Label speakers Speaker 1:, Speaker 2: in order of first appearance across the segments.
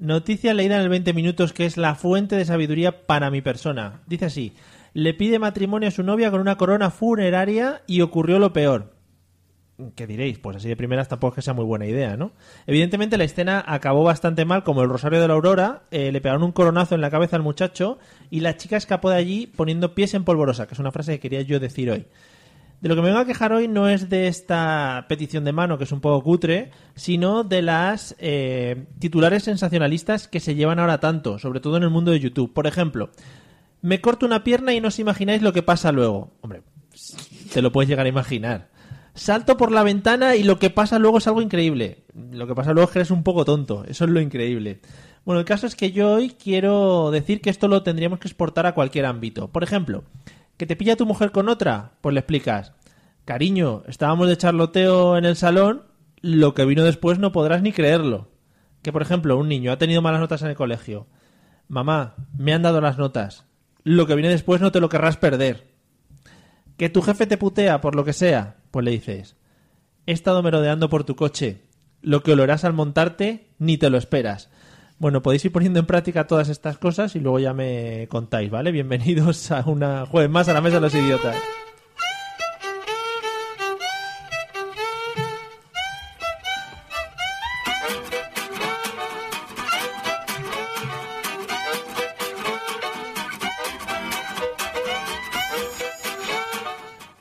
Speaker 1: Noticia leída en el 20 minutos que es la fuente de sabiduría para mi persona. Dice así, le pide matrimonio a su novia con una corona funeraria y ocurrió lo peor. ¿Qué diréis? Pues así de primeras tampoco es que sea muy buena idea, ¿no? Evidentemente la escena acabó bastante mal, como el Rosario de la Aurora, eh, le pegaron un coronazo en la cabeza al muchacho y la chica escapó de allí poniendo pies en polvorosa, que es una frase que quería yo decir hoy. De lo que me vengo a quejar hoy no es de esta petición de mano, que es un poco cutre, sino de las eh, titulares sensacionalistas que se llevan ahora tanto, sobre todo en el mundo de YouTube. Por ejemplo, me corto una pierna y no os imagináis lo que pasa luego. Hombre, te lo puedes llegar a imaginar. Salto por la ventana y lo que pasa luego es algo increíble. Lo que pasa luego es que eres un poco tonto. Eso es lo increíble. Bueno, el caso es que yo hoy quiero decir que esto lo tendríamos que exportar a cualquier ámbito. Por ejemplo, ¿Que te pilla tu mujer con otra? Pues le explicas, cariño, estábamos de charloteo en el salón, lo que vino después no podrás ni creerlo. Que por ejemplo, un niño ha tenido malas notas en el colegio. Mamá, me han dado las notas. Lo que viene después no te lo querrás perder. Que tu jefe te putea por lo que sea, pues le dices, he estado merodeando por tu coche. Lo que olorás al montarte ni te lo esperas. Bueno, podéis ir poniendo en práctica todas estas cosas y luego ya me contáis, ¿vale? Bienvenidos a una jueves más a la mesa de los idiotas.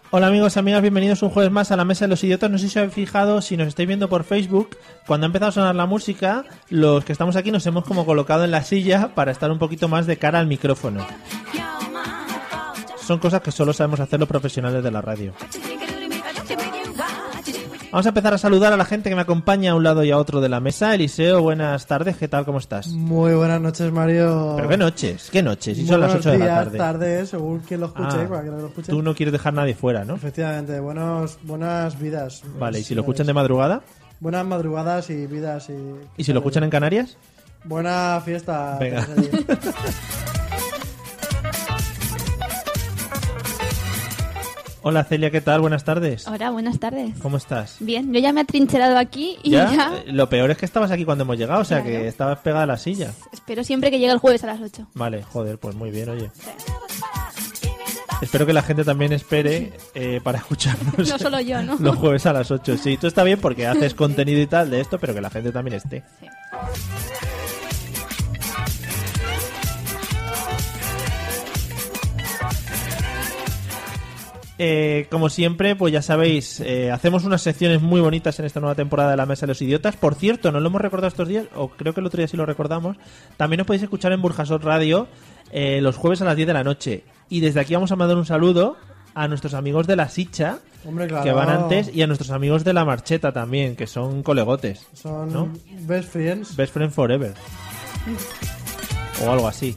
Speaker 1: Hola amigos y amigas, bienvenidos un jueves más a la Mesa de los Idiotas. No sé si os habéis fijado, si nos estáis viendo por Facebook, cuando ha empezado a sonar la música, los que estamos aquí nos hemos como colocado en la silla para estar un poquito más de cara al micrófono. Son cosas que solo sabemos hacer los profesionales de la radio. Vamos a empezar a saludar a la gente que me acompaña a un lado y a otro de la mesa. Eliseo, buenas tardes, ¿qué tal? ¿Cómo estás?
Speaker 2: Muy buenas noches, Mario.
Speaker 1: Pero qué noches, qué noches, si
Speaker 2: Muy
Speaker 1: son las
Speaker 2: buenos
Speaker 1: 8 de la
Speaker 2: días,
Speaker 1: tarde.
Speaker 2: tardes, según quien lo escuche,
Speaker 1: Ah,
Speaker 2: cualquiera que lo escuche.
Speaker 1: tú no quieres dejar a nadie fuera, ¿no?
Speaker 2: Efectivamente, buenos, buenas vidas.
Speaker 1: Vale, y si
Speaker 2: Sí,
Speaker 1: lo escuchan de
Speaker 2: veis.
Speaker 1: madrugada,
Speaker 2: Buenas madrugadas y vidas y...
Speaker 1: y si lo escuchan en Canarias.
Speaker 2: Buena fiesta.
Speaker 1: Venga.
Speaker 2: Teresa Díaz.
Speaker 1: Hola Celia, ¿qué tal? Buenas tardes.
Speaker 3: Hola, buenas tardes.
Speaker 1: ¿Cómo estás?
Speaker 3: Bien, yo ya me he trincherado aquí y
Speaker 1: ¿Ya?
Speaker 3: ya,
Speaker 1: Eh, Lo peor es que estabas aquí cuando hemos llegado, o sea
Speaker 3: Claro.
Speaker 1: que estabas pegada a la silla.
Speaker 3: espero siempre que llegue el jueves a las 8.
Speaker 1: Vale, joder, pues muy bien, oye. Espero que la gente también espere eh, para escucharnos.
Speaker 3: No solo yo, ¿no?
Speaker 1: Los jueves a las 8. Sí, tú está bien porque haces contenido y tal de esto, pero que la gente también esté.
Speaker 3: Sí.
Speaker 1: Eh, como siempre, pues ya sabéis, eh, hacemos unas secciones muy bonitas en esta nueva temporada de la Mesa de los Idiotas. Por cierto, no lo hemos recordado estos días, o creo que el otro día sí lo recordamos. También os podéis escuchar en Burjasot Radio eh, los jueves a las 10 de la noche. Y desde aquí vamos a mandar un saludo a nuestros amigos de La Sicha,
Speaker 2: Hombre, claro.
Speaker 1: que van antes, y a nuestros amigos de La Marcheta también, que son colegotes.
Speaker 2: Son
Speaker 1: ¿no?
Speaker 2: best friends.
Speaker 1: Best Friend Forever. O algo así.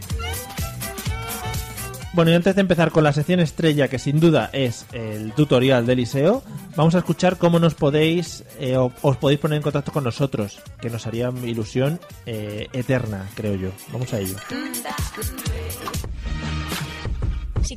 Speaker 1: Bueno, y antes de empezar con la sección estrella, que sin duda es el tutorial de Eliseo, vamos a escuchar cómo nos podéis eh, o- os podéis poner en contacto con nosotros, que nos haría ilusión eh, eterna, creo yo. Vamos a ello.
Speaker 4: Si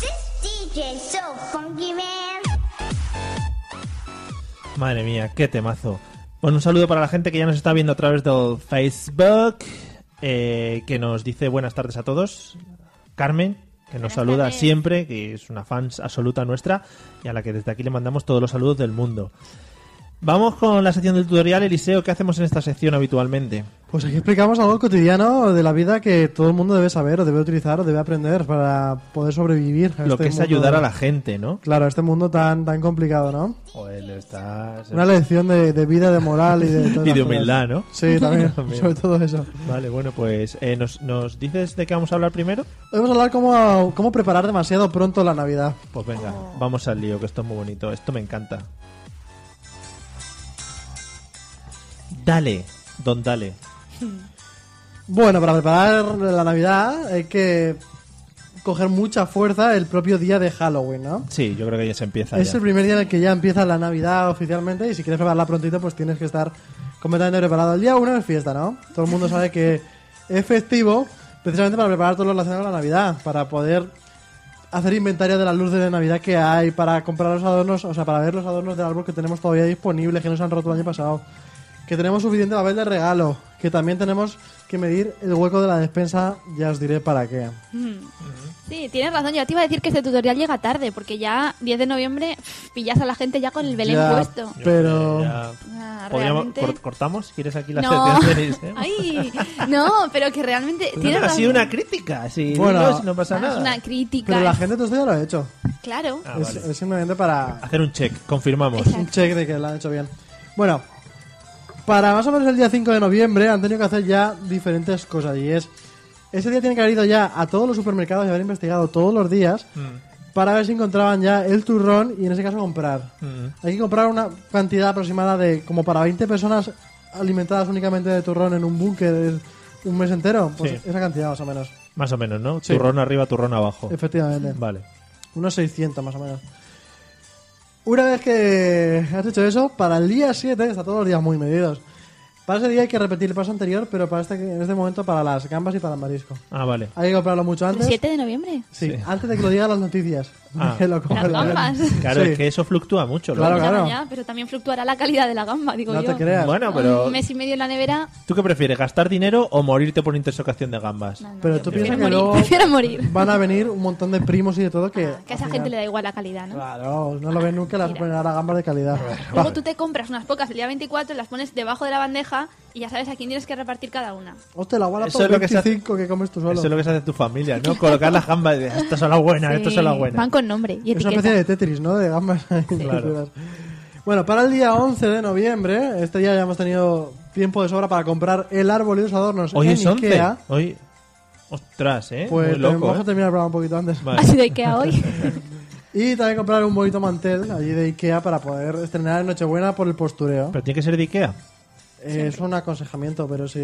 Speaker 5: This DJ is so funky, man.
Speaker 1: Madre mía, qué temazo. Bueno, un saludo para la gente que ya nos está viendo a través del Facebook, eh, que nos dice buenas tardes a todos. Carmen, que nos saluda
Speaker 3: tardes.
Speaker 1: siempre, que es una fan absoluta nuestra y a la que desde aquí le mandamos todos los saludos del mundo. Vamos con la sección del tutorial, Eliseo. ¿Qué hacemos en esta sección habitualmente?
Speaker 2: Pues aquí explicamos algo cotidiano de la vida que todo el mundo debe saber, o debe utilizar, o debe aprender para poder sobrevivir. a
Speaker 1: Lo
Speaker 2: este
Speaker 1: que es
Speaker 2: mundo-
Speaker 1: ayudar a la gente, ¿no?
Speaker 2: Claro, este mundo tan, tan complicado, ¿no?
Speaker 1: Joder, estás...
Speaker 2: Una lección de, de vida, de moral y de... todas
Speaker 1: Y de
Speaker 2: las cosas.
Speaker 1: humildad, ¿no?
Speaker 2: Sí, también, sobre todo eso.
Speaker 1: Vale, bueno, pues eh, ¿nos, nos dices de qué vamos a hablar primero.
Speaker 2: Hoy vamos a hablar cómo, cómo preparar demasiado pronto la Navidad.
Speaker 1: Pues venga,
Speaker 3: Oh.
Speaker 1: vamos al lío, que esto es muy bonito. Esto me encanta. Dale, don Dale.
Speaker 2: Bueno, para preparar la Navidad hay que coger mucha fuerza el propio día de Halloween, ¿no?
Speaker 1: Sí, yo creo que ya se empieza.
Speaker 2: Es
Speaker 1: ya.
Speaker 2: el primer día en el que ya empieza la Navidad oficialmente y si quieres prepararla prontito pues tienes que estar completamente preparado. El día uno es fiesta, ¿no? Todo el mundo sabe que es festivo precisamente para preparar todo lo relacionado con la Navidad, para poder hacer inventario de las luces de Navidad que hay, para comprar los adornos, o sea, para ver los adornos del árbol que tenemos todavía disponibles, que nos han roto el año pasado, que tenemos suficiente papel de regalo, que también tenemos que medir el hueco de la despensa, ya os diré para qué.
Speaker 3: Sí, tienes razón. Yo te iba a decir que este tutorial llega tarde, porque ya 10 de noviembre pff, pillas a la gente ya con el Belén
Speaker 2: Ya,
Speaker 3: puesto.
Speaker 2: Pero...
Speaker 1: Ya-
Speaker 3: Ah,
Speaker 1: Podríamos-
Speaker 3: realmente-
Speaker 1: cor- ¿Cortamos? ¿Quieres aquí la
Speaker 3: No.
Speaker 1: sección de Eliseo?
Speaker 3: Ay, no, pero que realmente
Speaker 1: No,
Speaker 3: tienes
Speaker 1: ¿eh? Pues Ha sido
Speaker 3: razón.
Speaker 1: una crítica. Si
Speaker 2: Bueno.
Speaker 1: bueno, no pasa
Speaker 3: Ah,
Speaker 1: nada.
Speaker 3: es una crítica.
Speaker 2: Pero la gente todo esto ya lo ha hecho.
Speaker 3: Claro.
Speaker 1: Ah,
Speaker 2: es,
Speaker 1: vale.
Speaker 2: es simplemente para
Speaker 1: Hacer un check, confirmamos.
Speaker 3: Exacto.
Speaker 2: un check de que lo han hecho bien. Bueno, para más o menos el día 5 de noviembre han tenido que hacer ya diferentes cosas. Y es, ese día tienen que haber ido ya a todos los supermercados y haber investigado todos los días
Speaker 1: Mm.
Speaker 2: para ver si encontraban ya el turrón y en ese caso comprar.
Speaker 1: Mm.
Speaker 2: Hay que comprar una cantidad aproximada de como para 20 personas alimentadas únicamente de turrón en un búnker el- un mes entero. Pues
Speaker 1: Sí.
Speaker 2: esa cantidad más o menos.
Speaker 1: Más o menos, ¿no?
Speaker 2: Sí.
Speaker 1: Turrón arriba, turrón abajo.
Speaker 2: Efectivamente.
Speaker 1: Vale.
Speaker 2: Unos 600 más o menos. Una vez que has hecho eso, para el día 7, está todos los días muy medidos. Para ese día hay que repetir el paso anterior, pero para este, en este momento para las gambas y para el marisco.
Speaker 1: Ah, vale.
Speaker 2: Hay que comprarlo mucho
Speaker 3: ¿El
Speaker 2: antes.
Speaker 3: 7 de
Speaker 1: Ah,
Speaker 3: noviembre?
Speaker 2: Sí,
Speaker 1: Sí.
Speaker 2: antes de que lo digan las noticias.
Speaker 1: Ah.
Speaker 2: Que lo coge
Speaker 3: Las
Speaker 2: la-
Speaker 3: gambas.
Speaker 1: Claro,
Speaker 2: Sí.
Speaker 1: es que eso fluctúa mucho.
Speaker 2: Claro,
Speaker 1: luego.
Speaker 3: Ya,
Speaker 2: claro.
Speaker 3: Pues ya, pero también fluctuará la calidad de la gamba, digo
Speaker 2: No
Speaker 3: yo.
Speaker 2: te creas.
Speaker 1: Bueno, pero
Speaker 3: Un mes y medio en la nevera.
Speaker 1: ¿tú qué prefieres? ¿Gastar dinero o morirte por intoxicación de gambas?
Speaker 3: no, no,
Speaker 2: Pero
Speaker 3: yo
Speaker 2: tú
Speaker 3: prefiero
Speaker 2: piensas que
Speaker 3: morir,
Speaker 2: luego-
Speaker 3: Prefiero morir. Ah,
Speaker 2: Van a venir un montón de primos y de todo que...
Speaker 3: Que a esa gente le da igual la calidad, ¿no?
Speaker 2: Claro, no lo ven nunca las ponen a gambas de calidad.
Speaker 3: Luego tú te compras unas pocas el día 24, las pones debajo de la bandeja y ya sabes a quién tienes que repartir cada una.
Speaker 2: Hostia, la guarda
Speaker 1: Eso
Speaker 2: por
Speaker 1: es lo que se
Speaker 2: 25 que, comes tú solo.
Speaker 1: Eso es lo que se hace en tu familia, ¿no? Colocar las gambas y decir, "Ah, estas son las buenas, estas son las buenas.
Speaker 3: Van con nombre y
Speaker 2: Es una
Speaker 3: etiqueta.
Speaker 2: especie de Tetris, ¿no? De gambas.
Speaker 1: Claro.
Speaker 2: Bueno, para el día 11 de noviembre, este día ya hemos tenido tiempo de sobra para comprar el árbol y los adornos
Speaker 1: Hoy
Speaker 2: en
Speaker 1: es 11.
Speaker 2: Ikea.
Speaker 1: Hoy... Ostras, ¿eh?
Speaker 2: Pues
Speaker 1: Muy
Speaker 2: tenemos
Speaker 1: loco,
Speaker 2: que
Speaker 1: ¿eh?
Speaker 2: terminar el programa un poquito antes.
Speaker 1: Vale.
Speaker 3: Así de que a hoy.
Speaker 2: Y también comprar un bonito mantel allí de Ikea para poder estrenar en Nochebuena por el postureo.
Speaker 1: Pero tiene que ser de Ikea.
Speaker 2: Eh, es un aconsejamiento, pero si,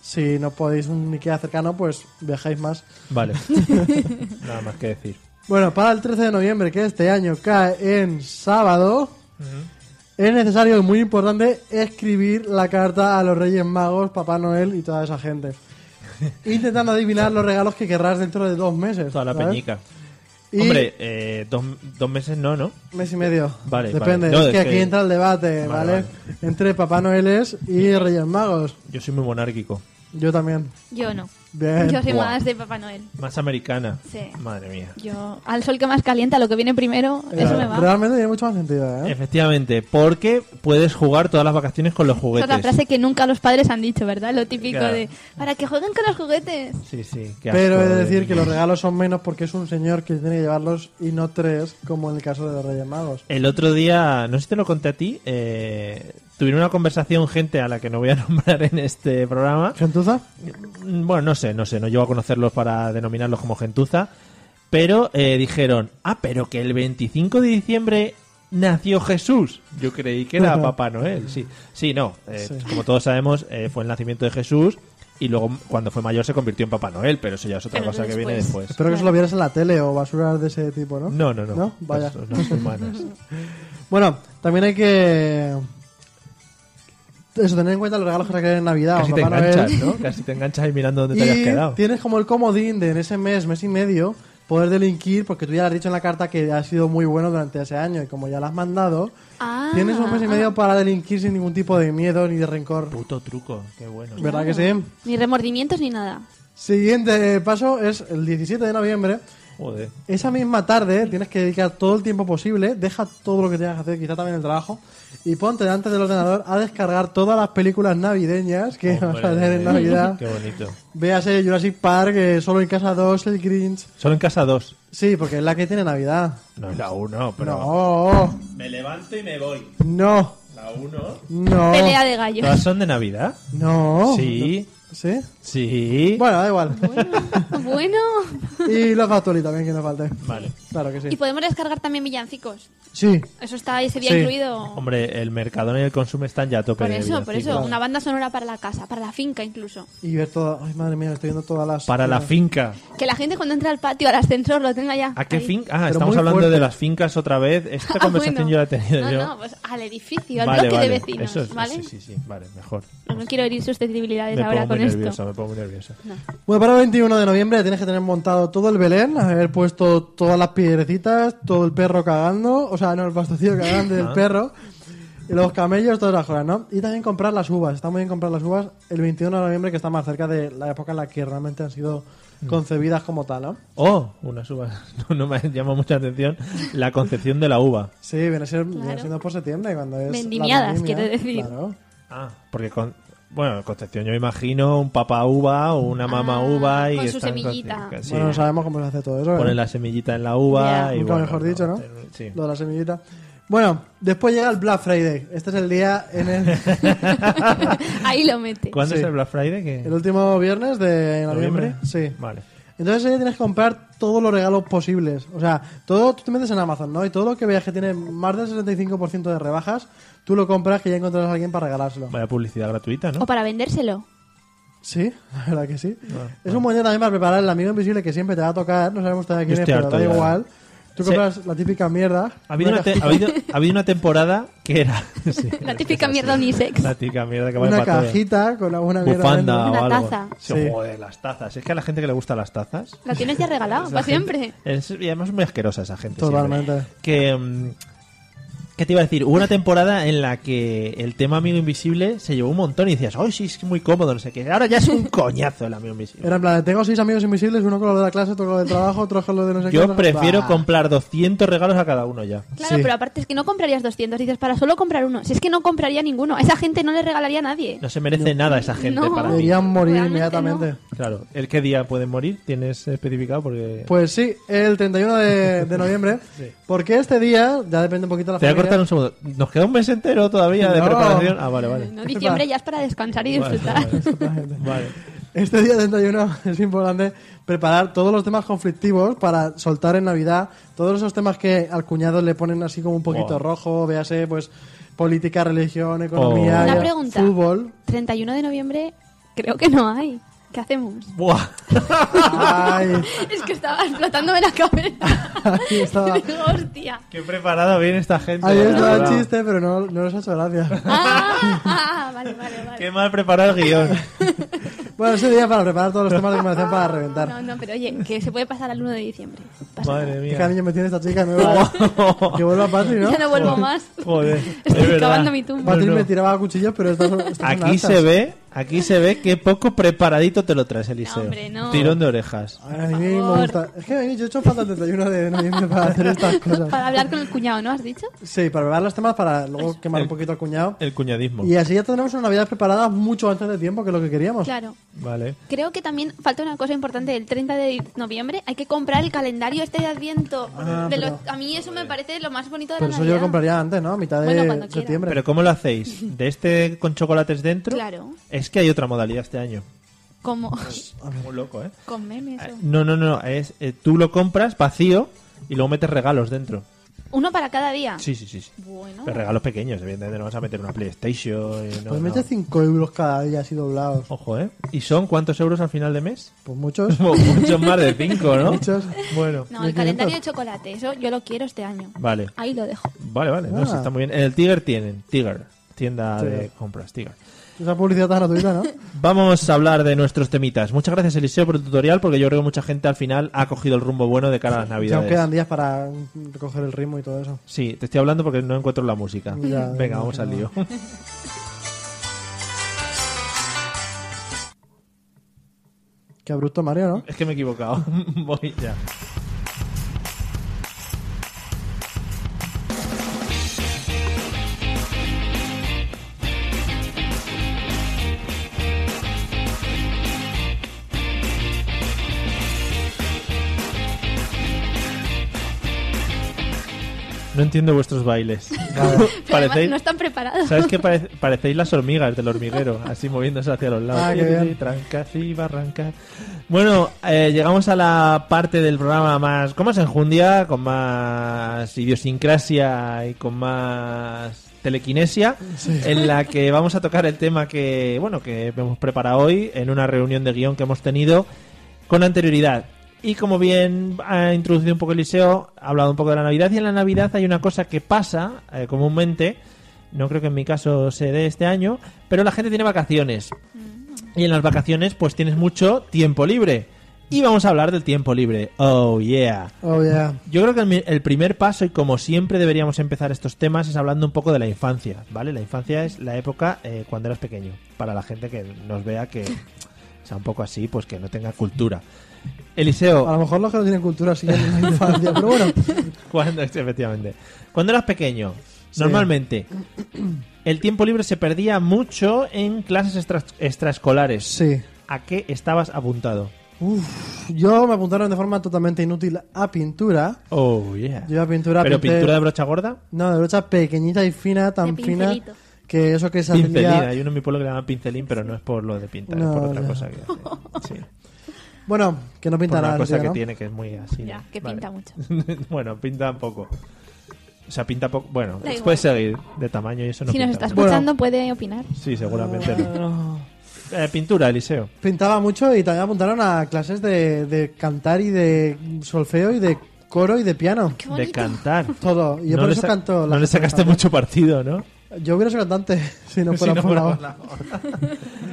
Speaker 2: si no podéis un Ikea cercano, pues viajáis más.
Speaker 1: Vale. Nada más que decir.
Speaker 2: Bueno, para el 13 de noviembre, que este año cae en sábado, es necesario y muy importante escribir la carta a los Reyes Magos, Papá Noel y toda esa gente. Intentando adivinar los regalos que querrás dentro de dos meses.
Speaker 1: Toda la
Speaker 2: ¿sabes?
Speaker 1: peñica.
Speaker 2: Y
Speaker 1: Hombre, eh, dos, dos meses no, ¿no?
Speaker 2: Mes y medio.
Speaker 1: Vale,
Speaker 2: Depende.
Speaker 1: vale. No,
Speaker 2: es
Speaker 1: es
Speaker 2: que aquí
Speaker 1: que-
Speaker 2: entra el debate,
Speaker 1: Vale,
Speaker 2: ¿vale?
Speaker 1: vale.
Speaker 2: Entre Papá Noeles y Reyes Magos.
Speaker 1: Yo soy muy monárquico.
Speaker 2: Yo también.
Speaker 3: Yo no.
Speaker 2: Bien.
Speaker 3: Yo soy
Speaker 1: Buah.
Speaker 3: más de Papá Noel.
Speaker 1: Más americana.
Speaker 3: Sí.
Speaker 1: Madre mía.
Speaker 3: Yo, al sol que más calienta, lo que viene primero,
Speaker 2: Eh,
Speaker 3: eso me va.
Speaker 2: Realmente tiene mucho más sentido, ¿eh?
Speaker 1: Efectivamente, porque puedes jugar todas las vacaciones con los
Speaker 3: Es
Speaker 1: juguetes.
Speaker 3: otra frase que nunca los padres han dicho, ¿verdad? Lo típico
Speaker 1: Claro.
Speaker 3: de, para que jueguen con los juguetes.
Speaker 1: Sí, sí. qué
Speaker 2: Pero
Speaker 1: asco
Speaker 2: he de
Speaker 1: de
Speaker 2: decir que
Speaker 1: niños.
Speaker 2: los regalos son menos porque es un señor que tiene que llevarlos y no tres, como en el caso de los Reyes Magos.
Speaker 1: El otro día, no sé si te lo conté a ti, eh, tuvieron una conversación gente a la que no voy a nombrar en este programa.
Speaker 2: ¿Gentuza?
Speaker 1: Mm, Bueno, no sé, no sé, no llevo a conocerlos para denominarlos como gentuza. Pero eh, dijeron, ah, pero que el 25 de diciembre nació Jesús. Yo creí que era Papá Noel, sí. Sí, no, eh,
Speaker 2: Sí.
Speaker 1: como todos sabemos, eh, fue el nacimiento de Jesús y luego cuando fue mayor se convirtió en Papá Noel, pero eso ya es otra
Speaker 3: Pero
Speaker 1: cosa que
Speaker 3: después.
Speaker 1: viene después.
Speaker 2: Espero que eso lo vieras en la tele o basuras de ese tipo, ¿no?
Speaker 1: No, no, no.
Speaker 2: Vaya.
Speaker 1: Personas humanas.
Speaker 2: Bueno, también hay que... Eso, tener en cuenta los regalos que se en Navidad
Speaker 1: Casi
Speaker 2: o
Speaker 1: te
Speaker 2: Papá Noel.
Speaker 1: enganchas, ¿no? Casi te enganchas ahí mirando dónde te
Speaker 2: Y
Speaker 1: hayas quedado.
Speaker 2: tienes como el comodín de en ese mes, mes y medio, poder delinquir, porque tú ya le has dicho en la carta que has sido muy bueno durante ese año y como ya la has mandado,
Speaker 3: Ah,
Speaker 2: tienes un mes y medio para delinquir sin ningún tipo de miedo ni de rencor.
Speaker 1: Puto truco, qué bueno.
Speaker 2: ¿Verdad que sí?
Speaker 3: Ni remordimientos ni nada.
Speaker 2: Siguiente paso es el 17 de noviembre.
Speaker 1: Joder.
Speaker 2: Esa misma tarde tienes que dedicar todo el tiempo posible, deja todo lo que tengas que hacer, quizá también el trabajo, y ponte delante del ordenador a descargar todas las películas navideñas que vas a tener en Navidad.
Speaker 1: Qué bonito.
Speaker 2: Véase Jurassic Park, eh, Solo en Casa 2, El Grinch.
Speaker 1: Solo en casa dos.
Speaker 2: Sí, porque es la que tiene Navidad.
Speaker 1: No es la uno, pero.
Speaker 2: No,
Speaker 1: Me levanto y me voy.
Speaker 2: no,
Speaker 1: La uno.
Speaker 2: no.
Speaker 3: Pelea de gallos.
Speaker 1: ¿Todas son de Navidad?
Speaker 2: No.
Speaker 1: Sí.
Speaker 2: ¿Sí?
Speaker 1: Sí.
Speaker 2: Bueno, da igual.
Speaker 3: bueno.
Speaker 2: Y los Factory también, que no falte.
Speaker 1: Vale.
Speaker 2: Claro que
Speaker 3: Y
Speaker 2: sí.
Speaker 3: podemos descargar también villancicos.
Speaker 2: Sí,
Speaker 3: Eso está ese día
Speaker 2: Sí.
Speaker 3: incluido.
Speaker 1: Hombre, el Mercadona y el Consume están ya a tope.
Speaker 3: Por
Speaker 1: de
Speaker 3: eso, por eso.
Speaker 1: villancicos.
Speaker 3: Una banda sonora para la casa, para la finca incluso.
Speaker 2: y ver todas. Ay, madre mía, estoy viendo todas las. eh,
Speaker 1: Para la finca.
Speaker 3: Que la gente cuando entra al patio, al ascensor, lo tenga ya.
Speaker 1: ¿A qué
Speaker 3: ahí.
Speaker 1: finca? Ah,
Speaker 2: Pero
Speaker 1: estamos
Speaker 2: muy
Speaker 1: hablando
Speaker 2: fuerte.
Speaker 1: de las fincas otra vez. Esta
Speaker 3: Ah,
Speaker 1: conversación
Speaker 3: bueno.
Speaker 1: yo la he tenido
Speaker 3: no,
Speaker 1: yo.
Speaker 3: No, pues al edificio, al
Speaker 1: vale,
Speaker 3: bloque
Speaker 1: vale.
Speaker 3: de vecinos,
Speaker 1: Eso es-
Speaker 3: ¿vale?
Speaker 1: Sí, sí, sí. Vale, mejor.
Speaker 3: No quiero herir susceptibilidades
Speaker 1: Me
Speaker 3: ahora
Speaker 1: pongo
Speaker 3: con
Speaker 1: muy nerviosa,
Speaker 3: esto.
Speaker 1: me pongo muy nerviosa.
Speaker 2: Bueno, para el 21 de noviembre tienes que tener montado todo el Belén, haber puesto todas las piedrecitas, todo el perro cagando, o sea, no, el pastocillo cagando
Speaker 1: Ah.
Speaker 2: del perro, y los camellos, todas las cosas, ¿no? Y también comprar las uvas, está muy bien comprar las uvas el 21 de noviembre, que está más cerca de la época en la que realmente han sido
Speaker 1: Mm.
Speaker 2: concebidas como tal, ¿no?
Speaker 1: Oh, una uva. No, no me llama mucha atención la concepción de la uva.
Speaker 2: Sí, viene, a ser, viene
Speaker 3: Claro.
Speaker 2: siendo por septiembre, cuando es... la
Speaker 3: Vendimiadas,
Speaker 2: vendimia,
Speaker 3: quiere decir.
Speaker 2: Claro.
Speaker 1: Ah, porque con. Bueno, concepción, yo me imagino un papá uva o una mamá uva y.
Speaker 3: Ah, con su
Speaker 1: están
Speaker 3: semillita.
Speaker 1: con- sí,
Speaker 2: Bueno, no sabemos cómo se hace todo eso. ¿eh?
Speaker 1: Ponen la semillita en la uva
Speaker 3: Ya.
Speaker 1: y.
Speaker 2: Nunca
Speaker 1: bueno,
Speaker 2: mejor dicho, ¿no?
Speaker 1: Sí.
Speaker 2: Lo de la semillita. Bueno, después llega el Black Friday. Este es el día en el...
Speaker 3: Ahí lo mete.
Speaker 1: ¿Cuándo
Speaker 2: Sí.
Speaker 1: es el Black Friday? ¿Qué?
Speaker 2: El último viernes de noviembre. Sí.
Speaker 1: Vale.
Speaker 2: Entonces ahí tienes que comprar todos los regalos posibles. O sea, todo tú te metes en Amazon, ¿no? Y todo lo que veas que tiene más del 65% de rebajas, tú lo compras que ya encontrarás a alguien para regalárselo.
Speaker 1: Vaya publicidad gratuita, ¿no?
Speaker 3: O para vendérselo.
Speaker 2: Sí, la verdad que sí.
Speaker 1: Ah,
Speaker 2: es un buen día también para preparar el amigo invisible que siempre te va a tocar. No sabemos todavía quién es,
Speaker 1: estoy
Speaker 2: pero
Speaker 1: harto
Speaker 2: da
Speaker 1: ya.
Speaker 2: igual. Tú
Speaker 1: Sí.
Speaker 2: compras la típica mierda.
Speaker 1: Ha habido, una
Speaker 2: ca-
Speaker 1: te- ha, habido, ha habido una temporada que era. sí,
Speaker 3: La
Speaker 1: es
Speaker 3: típica
Speaker 1: así.
Speaker 3: mierda unisex.
Speaker 1: La típica mierda que vale
Speaker 2: una
Speaker 1: para todo.
Speaker 2: cajita con alguna mierda.
Speaker 1: Bufanda
Speaker 3: Una
Speaker 1: o algo.
Speaker 3: taza.
Speaker 1: Sí,
Speaker 2: Sí.
Speaker 1: Joder, las tazas. Es que a la gente que le gustan las tazas.
Speaker 3: Lo tienes ya regalado, para siempre.
Speaker 1: Es, y además es muy asquerosa esa gente.
Speaker 2: Totalmente.
Speaker 1: siempre. Que, mm, ¿Qué te iba a decir? Hubo una temporada en la que el tema amigo invisible se llevó un montón y decías, ¡ay, sí, es que muy cómodo! No sé qué. Ahora ya es un coñazo el amigo invisible.
Speaker 2: Era en plan, tengo seis amigos invisibles, uno con lo de la clase, otro con lo del trabajo, otro con lo de no sé qué.
Speaker 1: Yo
Speaker 2: otro-
Speaker 1: prefiero
Speaker 2: Bah.
Speaker 1: comprar 200 regalos a cada uno ya.
Speaker 3: Claro,
Speaker 2: Sí.
Speaker 3: pero aparte es que no comprarías 200. Dices, para solo comprar uno. Si es que no compraría ninguno. A esa gente no le regalaría a nadie.
Speaker 1: No se merece nada esa gente
Speaker 3: No.
Speaker 1: para mí.
Speaker 2: Deberían morir
Speaker 3: Realmente
Speaker 2: inmediatamente.
Speaker 1: Claro, ¿el qué día pueden morir? ¿Tienes especificado? Porque...
Speaker 2: Pues sí, el 31 de, de noviembre. Porque este día, ya depende un poquito de la
Speaker 1: Te voy a
Speaker 2: familia.
Speaker 1: cortar un segundo. ¿Nos queda un mes entero todavía de
Speaker 2: No.
Speaker 1: preparación? Ah, vale, vale.
Speaker 3: No, diciembre ya es para descansar y
Speaker 1: Vale,
Speaker 3: disfrutar.
Speaker 1: vale. Vale.
Speaker 2: Este día 31 es importante preparar todos los temas conflictivos para soltar en Navidad. Todos esos temas que al cuñado le ponen así como un poquito
Speaker 1: Buah.
Speaker 2: rojo, véase, pues política, religión, economía,
Speaker 1: Oh.
Speaker 3: Una
Speaker 2: ya-
Speaker 3: pregunta.
Speaker 2: fútbol.
Speaker 3: 31 de noviembre creo que no hay. ¿Qué hacemos?
Speaker 1: Buah.
Speaker 2: Ay,
Speaker 3: es que estaba explotándome la cabeza.
Speaker 2: Ahí estaba.
Speaker 3: Digo, hostia.
Speaker 1: Qué preparada viene esta gente.
Speaker 2: ahí
Speaker 1: de
Speaker 2: está el
Speaker 1: verdad.
Speaker 2: chiste, pero no, no nos ha hecho gracia.
Speaker 3: Ah, ah, vale, vale, vale.
Speaker 1: Qué mal preparado el guión.
Speaker 2: Bueno, ese día para preparar todos los temas de conversación para reventar.
Speaker 3: No, no, pero oye, que se puede pasar al 1 de diciembre. Pasa
Speaker 1: Madre
Speaker 2: Qué
Speaker 1: mía.
Speaker 2: cariño me tiene esta chica nueva. que vuelva a Patri, ¿no?
Speaker 3: nada. Ya no vuelvo más.
Speaker 1: Joder.
Speaker 3: Estoy
Speaker 1: es verdad.
Speaker 3: cavando mi tumba.
Speaker 2: Patri
Speaker 1: No, no.
Speaker 2: me tiraba a cuchillos, pero estas son- estas son
Speaker 1: Aquí
Speaker 2: altas.
Speaker 1: se ve, aquí se ve que poco preparadito te lo traes, Eliseo.
Speaker 3: No, hombre, no.
Speaker 1: Tirón de orejas.
Speaker 2: A mí me
Speaker 3: favor.
Speaker 2: gusta. Es que a mí yo he hecho falta el 31 de noviembre para hacer estas cosas.
Speaker 3: Para hablar con el cuñado, ¿no has dicho?
Speaker 2: Sí, para preparar los temas, para luego quemar un poquito al cuñado.
Speaker 1: El cuñadismo.
Speaker 2: Y así ya tenemos una Navidad preparada mucho antes de tiempo, que es lo que queríamos.
Speaker 3: Claro.
Speaker 1: Vale.
Speaker 3: Creo que también falta una cosa importante. El 30 de noviembre hay que comprar el calendario este de Adviento. de
Speaker 2: Ah, pero-
Speaker 3: los- a mí eso me parece lo más bonito de
Speaker 2: Pero
Speaker 3: la
Speaker 2: eso yo lo
Speaker 3: Navidad.
Speaker 2: compraría antes, ¿no? A mitad de
Speaker 3: Bueno, cuando quiera.
Speaker 2: septiembre.
Speaker 1: Pero ¿cómo lo hacéis? ¿De este con chocolates dentro?
Speaker 3: Claro.
Speaker 1: Es que hay otra modalidad este año.
Speaker 3: Como
Speaker 2: Pues
Speaker 1: Muy loco, ¿eh?
Speaker 3: con memes. o-
Speaker 1: No, no, no. Es, eh, tú lo compras vacío y luego metes regalos dentro.
Speaker 3: Uno para cada día.
Speaker 1: Sí, sí, sí. sí.
Speaker 3: Bueno.
Speaker 1: Pero regalos pequeños, evidentemente no vas a meter una PlayStation. y no, no.
Speaker 2: pues mete 5 euros cada día así doblados.
Speaker 1: Ojo, ¿eh? ¿Y son cuántos euros al final de mes?
Speaker 2: Pues muchos.
Speaker 1: Mu- Muchos más de 5, ¿no?
Speaker 2: Muchos.
Speaker 1: Bueno,
Speaker 3: No, el calendario de chocolate. Eso yo lo quiero este año.
Speaker 1: vale.
Speaker 3: Ahí lo dejo.
Speaker 1: Vale, vale. No,
Speaker 2: Ah.
Speaker 1: sí, está muy bien. En el Tiger tienen. Tiger. Tienda
Speaker 2: Tiger.
Speaker 1: de compras. Tiger.
Speaker 2: Esa publicidad tan gratuita, ¿no?
Speaker 1: Vamos a hablar de nuestros temitas. Muchas gracias, Eliseo, por el tutorial, porque yo creo que mucha gente al final ha cogido el rumbo bueno de cara a las
Speaker 2: Si aún quedan
Speaker 1: navidades.
Speaker 2: días para recoger el ritmo y todo eso.
Speaker 1: Sí, te estoy hablando porque no encuentro la música.
Speaker 2: Ya,
Speaker 1: Venga,
Speaker 2: no,
Speaker 1: vamos al
Speaker 2: no.
Speaker 1: lío.
Speaker 2: Qué abrupto, Mario, ¿no?
Speaker 1: Es que me he equivocado. Voy ya. No entiendo vuestros bailes.
Speaker 3: Pero además
Speaker 1: Parecéis,
Speaker 3: no están preparados.
Speaker 1: ¿Sabes qué? Parece- parecéis las hormigas del hormiguero, así moviéndose hacia los lados.
Speaker 2: Ah, qué bien.
Speaker 1: Trancas y barrancas. Bueno, eh, llegamos a la parte del programa más, con más enjundia, con más idiosincrasia y con más telequinesia, en la que vamos a tocar el tema que, bueno, que hemos preparado hoy en una reunión de guión que hemos tenido con anterioridad. Y como bien ha introducido un poco Eliseo, ha hablado un poco de la Navidad. Y en la Navidad hay una cosa que pasa eh, comúnmente. No creo que en mi caso se dé este año, pero la gente tiene vacaciones. Y en las vacaciones, pues tienes mucho tiempo libre. Y vamos a hablar del tiempo libre. Oh, yeah.
Speaker 2: Oh, yeah.
Speaker 1: Yo creo que el, mi- el primer paso, y como siempre deberíamos empezar estos temas, es hablando un poco de la infancia, ¿vale? La infancia es la época eh, cuando eras pequeño, para la gente que nos vea que sea un poco así, pues que no tenga cultura.
Speaker 2: A lo
Speaker 1: Eliseo,
Speaker 2: mejor los que no tienen cultura siguen en la infancia, pero bueno.
Speaker 1: cuando, efectivamente, cuando eras pequeño, normalmente, el tiempo libre se perdía mucho en clases extra- extraescolares.
Speaker 2: Sí.
Speaker 1: ¿A qué estabas apuntado?
Speaker 2: Uf, yo me apuntaron de forma totalmente inútil a pintura.
Speaker 1: Oh, yeah.
Speaker 2: Yo a pintura
Speaker 1: ¿Pero
Speaker 2: pinté-
Speaker 1: pintura de brocha gorda?
Speaker 2: No, de brocha pequeñita y fina, tan
Speaker 3: De
Speaker 2: fina
Speaker 3: pincelito.
Speaker 2: que eso que se
Speaker 1: Pincelín,
Speaker 2: hacía...
Speaker 1: hay uno en mi pueblo que le llaman pincelín, pero no es por lo de pintar,
Speaker 2: No,
Speaker 1: es por otra
Speaker 2: no.
Speaker 1: cosa que hace. Sí.
Speaker 2: Bueno, que no pinta
Speaker 1: Por una
Speaker 2: nada. el
Speaker 1: cosa
Speaker 2: tío,
Speaker 1: que
Speaker 2: ¿no?
Speaker 1: tiene que es muy así.
Speaker 3: Ya, que pinta mucho.
Speaker 1: bueno, pinta un poco. O sea, pinta poco. Bueno,
Speaker 3: Da igual.
Speaker 1: puedes seguir de tamaño y eso no
Speaker 3: si nos
Speaker 1: pinta
Speaker 3: está
Speaker 1: mucho.
Speaker 3: escuchando, puede opinar.
Speaker 1: Sí, seguramente no. Eh, pintura, Eliseo.
Speaker 2: Pintaba mucho y también apuntaron a clases de, de cantar y de solfeo y de coro y de piano.
Speaker 1: De cantar.
Speaker 2: Todo. Y yo por
Speaker 1: le
Speaker 2: eso
Speaker 1: sa-
Speaker 2: canto
Speaker 1: No
Speaker 2: las
Speaker 1: le sacaste
Speaker 2: canciones.
Speaker 1: mucho partido, ¿no?
Speaker 2: Yo hubiera sido cantante si no
Speaker 1: Si
Speaker 2: fuera
Speaker 1: no
Speaker 2: por la
Speaker 1: fuera
Speaker 2: voz.
Speaker 1: por la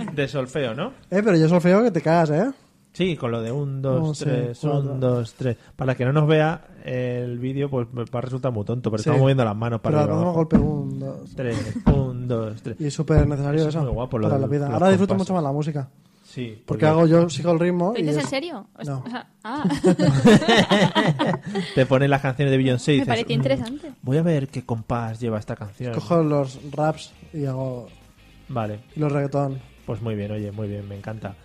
Speaker 1: voz. De solfeo, ¿no?
Speaker 2: Eh, pero yo solfeo que te cagas, ¿eh?
Speaker 1: Sí, con lo de un, dos,
Speaker 2: No sé,
Speaker 1: tres,
Speaker 2: Oh, cuatro.
Speaker 1: un, dos, tres. Para el que no nos vea el vídeo, pues me va a resultar muy tonto, pero
Speaker 2: Sí.
Speaker 1: estamos moviendo las manos para
Speaker 2: Pero
Speaker 1: arriba,
Speaker 2: hacemos
Speaker 1: abajo.
Speaker 2: golpe un, dos.
Speaker 1: Tres, un, dos, tres.
Speaker 2: Y es súper necesario
Speaker 1: Eso
Speaker 2: eso.
Speaker 1: es muy guapo, lo
Speaker 2: para
Speaker 1: de
Speaker 2: la vida.
Speaker 1: los
Speaker 2: Ahora disfruto
Speaker 1: compás. Pues
Speaker 2: mucho más la música.
Speaker 1: Sí,
Speaker 2: Porque hago yo, sigo el ritmo.
Speaker 3: ¿Lo
Speaker 2: Y
Speaker 3: dices
Speaker 2: es-
Speaker 3: en serio? O
Speaker 2: No.
Speaker 3: sea, ah.
Speaker 1: Te ponen las canciones de Beyoncé y
Speaker 3: Me
Speaker 1: dices,
Speaker 3: pareció
Speaker 1: "Mm,
Speaker 3: interesante.
Speaker 1: Voy a ver qué compás lleva esta canción.
Speaker 2: Cojo los raps y hago
Speaker 1: Vale,
Speaker 2: y los reggaetón.
Speaker 1: pues muy bien, oye, muy bien, me encanta.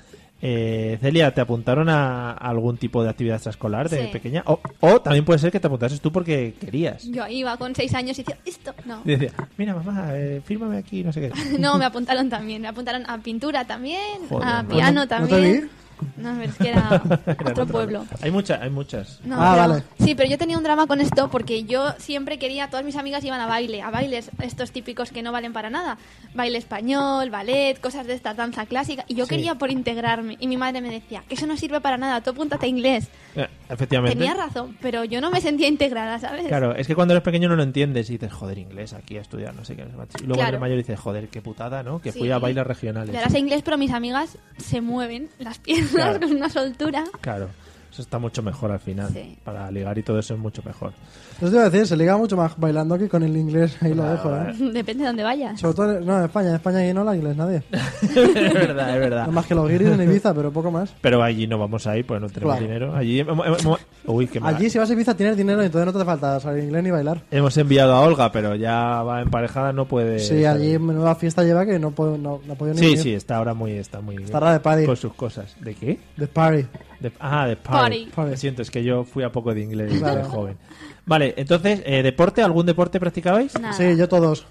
Speaker 1: Eh, Celia, ¿te apuntaron a algún tipo de actividad extraescolar de
Speaker 3: Sí.
Speaker 1: pequeña? O, o también puede ser que te apuntases tú porque querías.
Speaker 3: Yo iba con seis años y decía, esto, no.
Speaker 1: Y decía, mira mamá, eh, fírmame aquí, no sé qué.
Speaker 3: No, me apuntaron también. Me apuntaron a pintura también,
Speaker 1: Joder,
Speaker 3: a
Speaker 1: ¿no?
Speaker 3: piano
Speaker 2: Pues ¿No te
Speaker 3: también.
Speaker 2: vi?
Speaker 3: No, pero es que era
Speaker 1: Eran
Speaker 3: otro
Speaker 1: otras.
Speaker 3: pueblo.
Speaker 1: Hay muchas, hay muchas.
Speaker 3: No,
Speaker 2: Ah,
Speaker 3: pero-
Speaker 2: vale.
Speaker 3: Sí, pero yo tenía un drama con esto porque yo siempre quería, todas mis amigas iban a baile, a bailes estos típicos que no valen para nada. Baile español, ballet, cosas de esta danza clásica. Y yo quería por integrarme. Y mi madre me decía, que eso no sirve para nada, tú apúntate a inglés.
Speaker 1: Eh, efectivamente.
Speaker 3: Tenía razón, pero yo no me sentía integrada, ¿sabes?
Speaker 1: Claro, es que cuando eres pequeño no lo entiendes y dices, joder, inglés, aquí a estudiar, no sé qué. no sé más". Y luego
Speaker 3: Claro.
Speaker 1: eres mayor y dices, joder, qué putada, ¿no? Que
Speaker 3: Sí.
Speaker 1: fui a bailes regionales.
Speaker 3: Y ahora sé inglés, pero mis amigas se mueven las piernas
Speaker 1: Claro.
Speaker 3: con una soltura.
Speaker 1: Claro, eso está mucho mejor al final.
Speaker 3: Sí.
Speaker 1: Para ligar y todo eso es mucho mejor.
Speaker 2: Eso te iba a decir, se liga mucho más bailando que con el inglés. Ahí lo dejo, ¿eh?
Speaker 3: Depende de dónde vayas.
Speaker 2: Sobre todo, en- no, en España. En España ahí no habla inglés nadie.
Speaker 1: es verdad, es verdad.
Speaker 2: No más que los guiris en Ibiza, pero poco más.
Speaker 1: Pero allí no vamos a ir, pues no tenemos
Speaker 2: Claro.
Speaker 1: dinero. Allí hemos, hemos- hemos- uy, qué mal.
Speaker 2: Allí si vas a Ibiza tienes dinero y entonces no te hace falta saber inglés ni bailar.
Speaker 1: Hemos enviado a Olga, pero ya va emparejada, no puede.
Speaker 2: Sí,
Speaker 1: estar
Speaker 2: allí
Speaker 1: ahí.
Speaker 2: menuda fiesta lleva que no puedo, no, no puedo ni
Speaker 1: Sí,
Speaker 2: venir.
Speaker 1: sí, está ahora muy, está muy.
Speaker 2: Estará de party.
Speaker 1: Con sus cosas. ¿De qué?
Speaker 2: De party.
Speaker 1: De- ah, de party.
Speaker 3: Party.
Speaker 2: Party.
Speaker 1: Lo siento, es que yo fui a poco de inglés de
Speaker 2: Claro.
Speaker 1: joven. Vale, entonces, eh, ¿deporte? ¿Algún deporte practicabais?
Speaker 3: Nada.
Speaker 2: Sí, yo todos.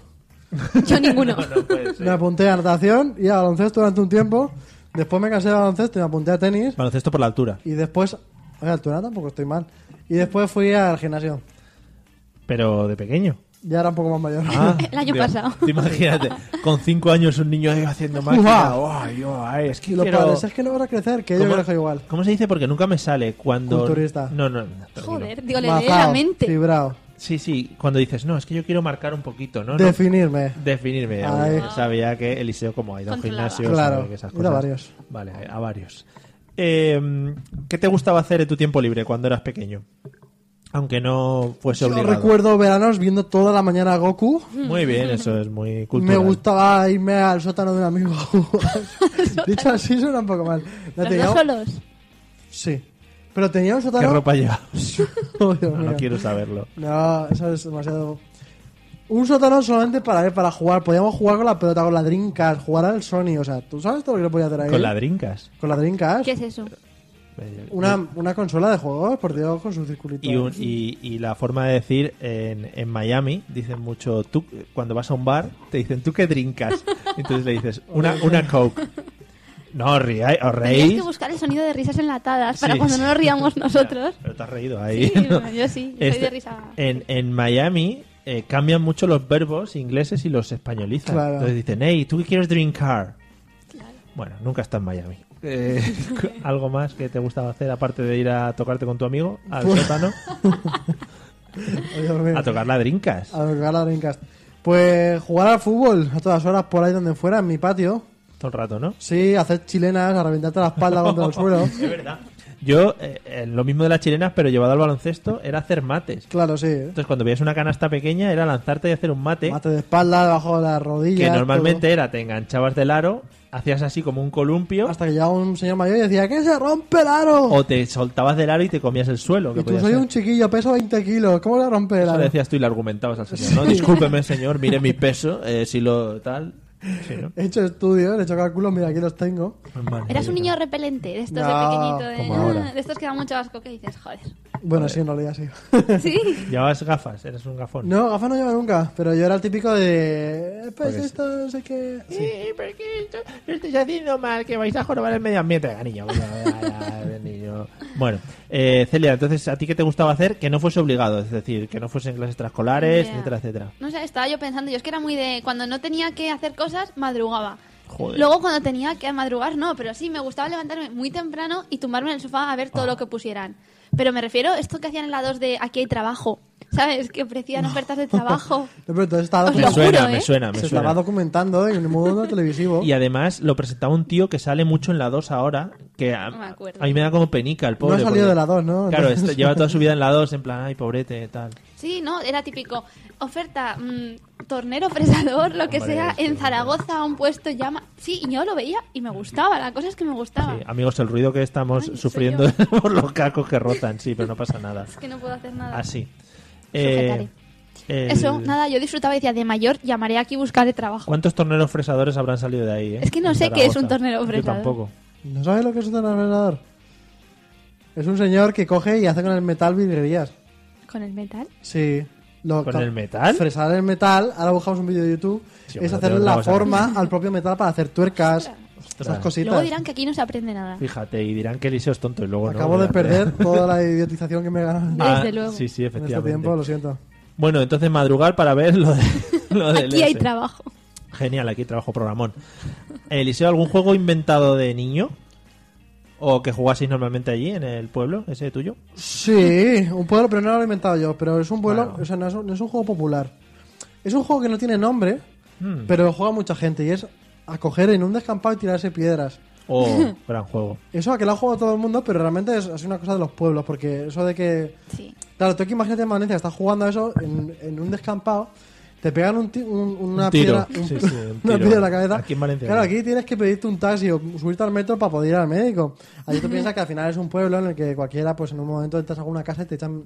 Speaker 3: Yo ninguno.
Speaker 1: No puede
Speaker 2: Me apunté a natación y a baloncesto durante un tiempo. Después me cansé de baloncesto y me apunté a tenis.
Speaker 1: Baloncesto por la altura.
Speaker 2: Y después... Oye, altura tampoco estoy mal. Y después fui al gimnasio.
Speaker 1: Pero de pequeño.
Speaker 2: Ya era un poco más mayor.
Speaker 1: Ah.
Speaker 3: El año
Speaker 1: Dios,
Speaker 3: pasado.
Speaker 1: te Imagínate, con cinco años un niño ahí haciendo máquina. Ay, yo, ay, es que
Speaker 2: Y los
Speaker 1: quiero-
Speaker 2: padres, es que no vas a crecer, que yo
Speaker 1: ¿Cómo-
Speaker 2: creo que igual.
Speaker 1: ¿Cómo se dice? Porque nunca me sale cuando...
Speaker 2: Culturista.
Speaker 1: No, no, no, tranquilo.
Speaker 3: Joder, digo, le lee
Speaker 2: Mazao,
Speaker 3: la mente.
Speaker 2: Fibrado.
Speaker 1: Sí, sí, cuando dices, no, es que yo quiero marcar un poquito, ¿no? No,
Speaker 2: Definirme.
Speaker 1: Definirme.
Speaker 2: Ay.
Speaker 1: obvio. Sabía que Eliseo, como ha ido a un
Speaker 3: Controlaba.
Speaker 1: gimnasio,
Speaker 2: Claro,
Speaker 1: sabe que esas
Speaker 2: he ido a
Speaker 1: cosas-
Speaker 2: varios.
Speaker 1: Vale, a varios. Eh, ¿Qué te gustaba hacer en tu tiempo libre cuando eras pequeño? Aunque no fuese
Speaker 2: Yo
Speaker 1: obligado.
Speaker 2: recuerdo veranos viendo toda la mañana a Goku.
Speaker 1: Muy bien, eso es muy cultural.
Speaker 2: Me gustaba irme al sótano de un amigo a jugar. Dicho así suena un poco mal. Ya
Speaker 3: ¿Los
Speaker 2: te
Speaker 3: dos
Speaker 2: digo-
Speaker 3: solos?
Speaker 2: Sí. Pero tenía un
Speaker 1: ¿Qué
Speaker 2: sótano...
Speaker 1: ropa lleva?
Speaker 2: Oh, Dios
Speaker 1: No, no
Speaker 2: mío.
Speaker 1: quiero saberlo.
Speaker 2: No, eso es demasiado. Un sótano solamente para, eh, para jugar. Podíamos jugar con la pelota, con la Dreamcast, jugar al Sony. O sea, ¿tú sabes todo lo que podía hacer ahí?
Speaker 1: Con ladrincas.
Speaker 2: Con la Dreamcast.
Speaker 3: ¿Qué es eso?
Speaker 2: Una, una consola de juegos, por Dios, con su circulito.
Speaker 1: Y, un- y- y la forma de decir en, en Miami, dicen mucho, tú cuando vas a un bar, te dicen, ¿tú qué drinkas? Entonces le dices, una, una Coke. No, os riáis- os
Speaker 3: Tenías que
Speaker 1: reís.
Speaker 3: buscar el sonido de risas enlatadas para
Speaker 1: Sí,
Speaker 3: cuando
Speaker 1: sí.
Speaker 3: no nos riamos nosotros.
Speaker 1: Pero te has reído ahí.
Speaker 3: Sí, bueno, yo sí, soy
Speaker 1: Este-
Speaker 3: de risa.
Speaker 1: En, en Miami eh, cambian mucho los verbos ingleses y los españolizan.
Speaker 2: Claro.
Speaker 1: Entonces dicen, hey, ¿tú qué quieres drinkar? Bueno, nunca está en Miami. Eh, ¿Algo más que te gustaba hacer aparte de ir a tocarte con tu amigo al
Speaker 2: Pues-
Speaker 1: sótano?
Speaker 2: Ay, Dios mío.
Speaker 1: A tocar ladrincas.
Speaker 2: A jugar a la Dreamcast. Pues jugar al fútbol a todas horas, por ahí donde fuera, en mi patio.
Speaker 1: Todo el rato, ¿no?
Speaker 2: Sí, hacer chilenas, a reventarte la espalda contra el suelo.
Speaker 1: Yo, eh, eh, lo mismo de las chilenas, pero llevado al baloncesto, era hacer mates.
Speaker 2: Claro, sí. ¿eh?
Speaker 1: Entonces, cuando veías una canasta pequeña, era lanzarte y hacer un mate.
Speaker 2: Mate de espalda, debajo de las rodillas.
Speaker 1: que normalmente
Speaker 2: todo.
Speaker 1: era, te enganchabas del aro, hacías así como un columpio,
Speaker 2: Hasta que llegaba un señor mayor y decía: ¡Que se rompe el aro!
Speaker 1: o te soltabas del aro y te comías el suelo. Que
Speaker 2: Y tú
Speaker 1: podía
Speaker 2: soy
Speaker 1: ser.
Speaker 2: un chiquillo, peso 20 kilos, ¿cómo le rompe el
Speaker 1: Eso le
Speaker 2: aro?
Speaker 1: decías tú y le argumentabas al señor, ¿no? Discúlpeme, señor, mire mi peso, eh, si lo tal... Sí, ¿no?
Speaker 2: He hecho estudios, he hecho cálculos, mira, aquí los tengo.
Speaker 1: Vale,
Speaker 3: Eras un
Speaker 1: ahí
Speaker 3: niño repelente, de estos de
Speaker 2: No,
Speaker 3: pequeñito, de,
Speaker 1: como ahora.
Speaker 3: de estos que da mucho asco que dices, joder.
Speaker 2: Bueno, sí, en realidad sí.
Speaker 3: Sí,
Speaker 1: está. Llevabas gafas, eres un gafón.
Speaker 2: No, gafas no lleva nunca, pero yo era el típico de... eh, Pues
Speaker 1: Porque
Speaker 2: esto, no sé qué... Sí.
Speaker 1: Sí, porque esto lo estáis haciendo mal, que vais a jorobar el medio ambiente. Venga, niño, venga, venga, venga, niño. Bueno, eh, Celia, entonces, ¿a ti qué te gustaba hacer? Que no fuese obligado, es decir, que no fuesen clases extraescolares,
Speaker 3: Ya.
Speaker 1: etcétera, etcétera.
Speaker 3: no sé, estaba yo pensando, yo es que era muy de, cuando no tenía que hacer cosas, madrugaba.
Speaker 1: Joder.
Speaker 3: Luego cuando tenía que madrugar, no, pero sí, me gustaba levantarme muy temprano y tumbarme en el sofá a ver
Speaker 1: Ah.
Speaker 3: todo lo que pusieran. Pero me refiero a esto que hacían en la 2 de aquí hay trabajo, ¿sabes? Que ofrecían ofertas de trabajo.
Speaker 2: No, pero entonces estaba,
Speaker 3: Os
Speaker 1: Me
Speaker 3: lo
Speaker 2: documentando-
Speaker 1: suena,
Speaker 3: juro,
Speaker 1: me
Speaker 3: ¿eh?
Speaker 1: suena, me
Speaker 2: se
Speaker 1: suena.
Speaker 2: estaba documentando en el mundo televisivo.
Speaker 1: Y además lo presentaba un tío que sale mucho en la 2 ahora, que a,
Speaker 3: No me acuerdo.
Speaker 1: a mí me da como penica el pobre.
Speaker 2: No ha salido
Speaker 1: porque-
Speaker 2: de la 2, ¿no?
Speaker 1: Claro,
Speaker 2: Entonces-
Speaker 1: esto- lleva toda su vida en la 2, en plan, ay, pobrete, tal.
Speaker 3: Sí, no, era típico. Oferta, mm, tornero, fresador, lo que
Speaker 1: Hombre,
Speaker 3: sea,
Speaker 1: sí,
Speaker 3: en Zaragoza, a un puesto llama. Sí, y yo lo veía y me gustaba, la cosa es que me gustaba.
Speaker 1: Sí, amigos, el ruido que estamos
Speaker 3: Ah. Ay, soy
Speaker 1: sufriendo por los cacos que rotan, sí, pero no pasa nada.
Speaker 3: Es que no puedo hacer nada.
Speaker 1: Así. Eh,
Speaker 3: Sujetaré.
Speaker 1: el-
Speaker 3: Eso, nada, yo disfrutaba y decía, de mayor llamaré aquí buscaré trabajo.
Speaker 1: ¿Cuántos torneros fresadores habrán salido de ahí? eh?
Speaker 3: Es que no
Speaker 1: En
Speaker 3: sé qué es
Speaker 1: Zaragoza.
Speaker 3: un tornero fresador.
Speaker 1: Yo tampoco.
Speaker 2: ¿No sabes lo que es un ordenador? Es un señor que coge y hace con el metal vidrierías.
Speaker 3: ¿Con el metal?
Speaker 2: Sí. Lo-
Speaker 1: ¿Con
Speaker 2: ca-
Speaker 1: el metal?
Speaker 2: Fresar el metal, ahora buscamos un vídeo de YouTube,
Speaker 1: Sí, hombre,
Speaker 2: es
Speaker 1: no
Speaker 2: hacerle
Speaker 1: tengo
Speaker 2: la
Speaker 1: nada más
Speaker 2: forma al propio metal para hacer tuercas,
Speaker 1: Ostras.
Speaker 2: esas cositas.
Speaker 3: Luego dirán que aquí no se aprende nada.
Speaker 1: Fíjate, y dirán que Eliseo es tonto y luego Oh, no.
Speaker 2: Acabo de
Speaker 1: ¿verdad? Ah,
Speaker 2: perder toda la idiotización que me he ganado
Speaker 3: Desde luego.
Speaker 1: Sí, sí,
Speaker 2: en este
Speaker 1: efectivamente.
Speaker 2: tiempo, lo siento.
Speaker 1: Bueno, entonces madrugar para ver lo de. Lo del
Speaker 3: Aquí hay
Speaker 1: ese.
Speaker 3: trabajo.
Speaker 1: Genial, aquí trabajo programón. Eliseo, ¿algún juego inventado de niño? ¿O que jugaseis normalmente allí, en el pueblo, ese tuyo?
Speaker 2: Sí, un pueblo, pero no lo he inventado yo. Pero es un pueblo,
Speaker 1: Bueno.
Speaker 2: o sea, no es, un, no es un juego popular. Es un juego que no tiene nombre,
Speaker 1: Hmm.
Speaker 2: pero lo juega mucha gente. Y es a coger en un descampado y tirarse piedras.
Speaker 1: Oh, gran juego.
Speaker 2: Eso a que lo ha jugado todo el mundo, pero realmente es, es una cosa de los pueblos. Porque eso de que.
Speaker 3: Sí.
Speaker 2: Claro, tú aquí imagínate en Valencia, estás jugando a eso en, en un descampado. Te pegan un ti- un- una
Speaker 1: Un tiro.
Speaker 2: piedra, un-
Speaker 1: Sí, sí, un
Speaker 2: una
Speaker 1: tiro.
Speaker 2: piedra en la cabeza.
Speaker 1: Aquí en Valencia
Speaker 2: Claro,
Speaker 1: no.
Speaker 2: aquí tienes que pedirte un taxi o subirte al metro para poder ir al médico. Allí tú piensas que al final es un pueblo en el que cualquiera, pues en un momento entras a alguna casa y te echan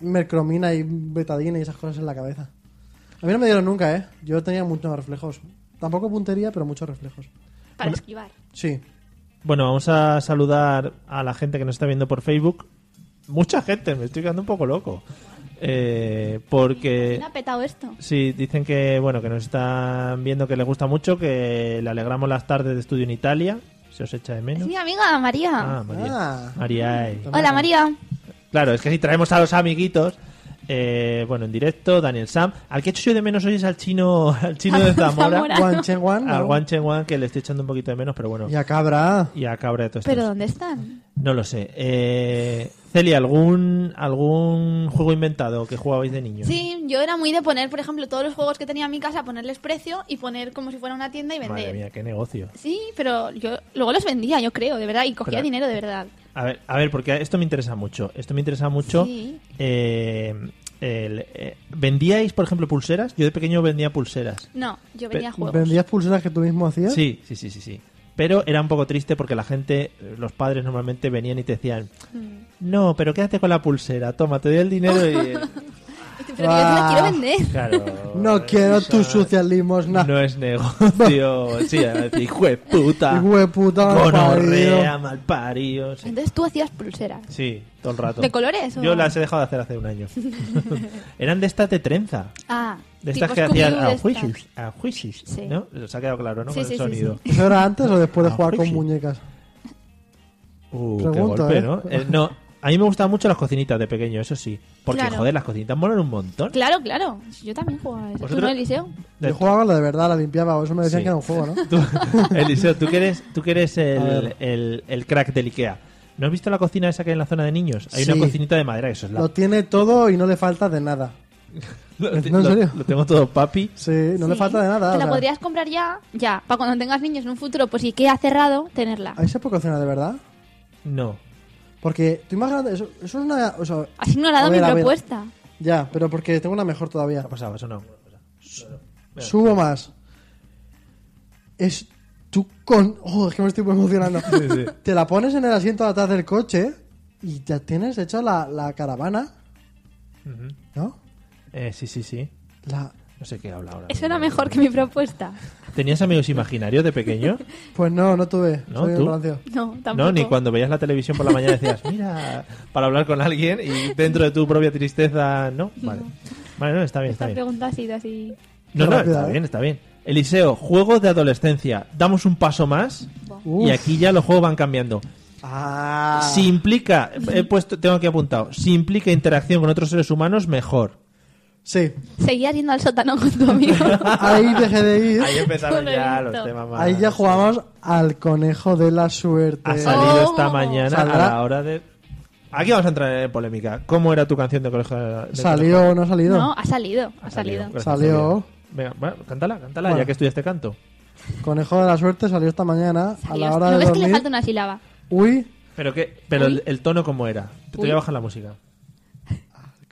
Speaker 2: mercromina y betadina y esas cosas en la cabeza. A mí no me dieron nunca, ¿eh? Yo tenía muchos reflejos. Tampoco puntería, pero muchos reflejos.
Speaker 3: Para esquivar.
Speaker 2: Sí.
Speaker 1: Bueno, vamos a saludar a la gente que nos está viendo por Facebook. Mucha gente, me estoy quedando un poco loco. Eh, porque
Speaker 3: ¿Quién ha petado esto?
Speaker 1: sí, dicen que bueno, que nos están viendo que les gusta mucho, que le alegramos las tardes de estudio en Italia. Se os echa de
Speaker 3: Es
Speaker 1: menos.
Speaker 3: mi amiga María.
Speaker 1: Ah, María.
Speaker 2: Ah.
Speaker 1: María. ay.
Speaker 3: Hola María.
Speaker 1: Claro, es que si traemos a los amiguitos, eh, bueno, en directo, Daniel Sam. Al que he hecho yo de menos hoy es al chino, al chino de Zamora.
Speaker 3: Zamora.
Speaker 2: Wan Chen Wan,
Speaker 1: Al
Speaker 2: ¿no?
Speaker 1: Wan Chen Wan, que le estoy echando un poquito de menos, pero bueno.
Speaker 2: Y a Cabra.
Speaker 1: Y a Cabra de todos
Speaker 3: ¿Pero
Speaker 1: estos.
Speaker 3: dónde están?
Speaker 1: No lo sé. Eh, Celia, ¿algún, ¿algún juego inventado que jugabais de niño?
Speaker 3: Sí, yo era muy de poner, por ejemplo, todos los juegos que tenía en mi casa, ponerles precio y poner como si fuera una tienda y
Speaker 1: Madre
Speaker 3: vender.
Speaker 1: mía, qué negocio.
Speaker 3: Sí, pero yo luego los vendía, yo creo, de verdad, y cogía
Speaker 1: Pero-
Speaker 3: dinero de verdad.
Speaker 1: A ver, a ver, porque esto me interesa mucho. Esto me interesa mucho.
Speaker 3: Sí.
Speaker 1: Eh, el- eh, ¿Vendíais, por ejemplo, pulseras? Yo de pequeño vendía pulseras.
Speaker 3: No, yo vendía juegos.
Speaker 2: ¿Vendías pulseras que tú mismo hacías?
Speaker 1: Sí, sí, sí, sí, sí. Pero era un poco triste porque la gente, eh, los padres normalmente venían y te decían,
Speaker 3: Mm.
Speaker 1: no, pero quédate con la pulsera, toma, te doy el dinero y... eh,
Speaker 3: Pero yo te las
Speaker 1: Ah.
Speaker 3: quiero vender.
Speaker 1: Claro.
Speaker 2: No quiero
Speaker 1: eso
Speaker 2: tus sucias limosnas.
Speaker 1: No es negocio. Sí, a ver, hijo de puta.
Speaker 2: Hijo de puta, mal
Speaker 1: Gonorrea,
Speaker 2: parido.
Speaker 1: mal parido. Sí.
Speaker 3: Entonces tú hacías pulseras.
Speaker 1: Sí, todo el rato.
Speaker 3: ¿De colores o-
Speaker 1: Yo las he dejado de hacer hace un año. Eran de estas de trenza.
Speaker 3: Ah,
Speaker 1: De estas
Speaker 3: tipo
Speaker 1: que hacían
Speaker 3: Scooby-Doo de
Speaker 1: a
Speaker 3: estas.
Speaker 1: juicis, a juicis,
Speaker 3: Sí.
Speaker 1: ¿no? Os ha quedado claro, ¿no?
Speaker 3: Sí,
Speaker 1: Con el
Speaker 3: sí, sí,
Speaker 1: sonido.
Speaker 3: sí.
Speaker 2: ¿Eso era antes o después de
Speaker 1: Ah,
Speaker 2: jugar con
Speaker 1: sí.
Speaker 2: muñecas?
Speaker 1: Uh,
Speaker 2: Pregunto,
Speaker 1: qué golpe,
Speaker 2: ¿eh?
Speaker 1: ¿no? Eh, no, a mí me gustaban mucho las cocinitas de pequeño, eso sí. Porque,
Speaker 3: Claro.
Speaker 1: joder, las cocinitas molan un montón.
Speaker 3: Claro, claro. Yo también jugaba a eso. ¿Tú
Speaker 1: ¿Vosotros-
Speaker 3: no, Eliseo?
Speaker 1: De-
Speaker 2: Yo jugaba la de verdad, la limpiaba, o eso me decían
Speaker 1: Sí.
Speaker 2: que era un juego, ¿no?
Speaker 1: Tú- Eliseo, tú que eres, tú que eres
Speaker 2: A
Speaker 1: el,
Speaker 2: ver.
Speaker 1: el- el crack del Ikea. ¿No has visto la cocina esa que hay en la zona de niños? Hay
Speaker 2: Sí.
Speaker 1: una cocinita de madera, eso es la...
Speaker 2: Lo tiene todo y no le falta de nada.
Speaker 1: lo-
Speaker 2: ¿en
Speaker 1: lo-
Speaker 2: serio?
Speaker 1: lo tengo todo papi.
Speaker 2: Sí, no le falta de nada.
Speaker 3: Te
Speaker 2: o
Speaker 3: la
Speaker 2: sea,
Speaker 3: podrías comprar ya, ya, para cuando tengas niños en un futuro, pues si queda cerrado, tenerla.
Speaker 2: Ahí se puede cocinar de verdad.
Speaker 1: No.
Speaker 2: Porque, tú imagínate, eso, eso es una. o sea,
Speaker 3: Has ignorado
Speaker 2: a
Speaker 3: mi
Speaker 2: ver, a ver.
Speaker 3: propuesta.
Speaker 2: Ya, pero porque tengo una mejor todavía.
Speaker 1: Ha pasado, eso no.
Speaker 2: Subo más. Es. Tú con. Oh, es que me estoy emocionando. Te la pones en el asiento de atrás del coche y ya tienes hecho la, la caravana. ¿No?
Speaker 1: Eh, sí, sí, sí.
Speaker 2: La.
Speaker 1: No sé qué habla ahora.
Speaker 3: Eso era mejor que mi propuesta.
Speaker 1: ¿Tenías amigos imaginarios de pequeño?
Speaker 2: Pues no, no tuve.
Speaker 1: ¿No?
Speaker 2: Soy un
Speaker 1: ¿Tú?
Speaker 2: rancio.
Speaker 3: No, tampoco.
Speaker 1: No, ni cuando veías la televisión por la mañana decías, mira, para hablar con alguien y dentro de tu propia tristeza, no. Vale, vale no, está bien, está
Speaker 3: Esta
Speaker 1: bien.
Speaker 3: pregunta ha sido así.
Speaker 1: No, no,
Speaker 2: Rápida,
Speaker 1: está
Speaker 2: ¿eh?
Speaker 1: bien, está bien. Eliseo, juegos de adolescencia. Damos un paso más
Speaker 2: Uf.
Speaker 1: y aquí ya los juegos van cambiando.
Speaker 2: Ah.
Speaker 1: Si implica, he puesto, tengo aquí apuntado, si implica interacción con otros seres humanos, mejor.
Speaker 2: Sí.
Speaker 3: Seguías yendo al sótano con tu amigo.
Speaker 2: Ahí dejé de ir.
Speaker 1: Ahí empezaron
Speaker 3: Lo
Speaker 1: ya
Speaker 3: reviento.
Speaker 1: los temas más.
Speaker 2: Ahí ya jugamos al conejo de la suerte.
Speaker 1: Ha salido esta
Speaker 3: Oh.
Speaker 1: mañana a
Speaker 2: Saldrá-
Speaker 1: la hora de. Aquí vamos a entrar en polémica. ¿Cómo era tu canción de colegio? de colegio?
Speaker 2: ¿Salió o no ha salido?
Speaker 3: No, ha salido, ha salido.
Speaker 1: gracias,
Speaker 2: Salió.
Speaker 1: Javier. Venga, bueno, cántala, cántala,
Speaker 2: Bueno.
Speaker 1: ya que estudiaste canto.
Speaker 2: Conejo de la suerte salió esta mañana
Speaker 3: Salió.
Speaker 2: a la hora
Speaker 3: ¿No
Speaker 2: de
Speaker 3: ves que le
Speaker 2: dormir.
Speaker 3: falta una sílaba?
Speaker 2: Uy,
Speaker 1: Pero que, pero el, el tono cómo era. Te voy a
Speaker 3: Uy.
Speaker 1: bajar la música.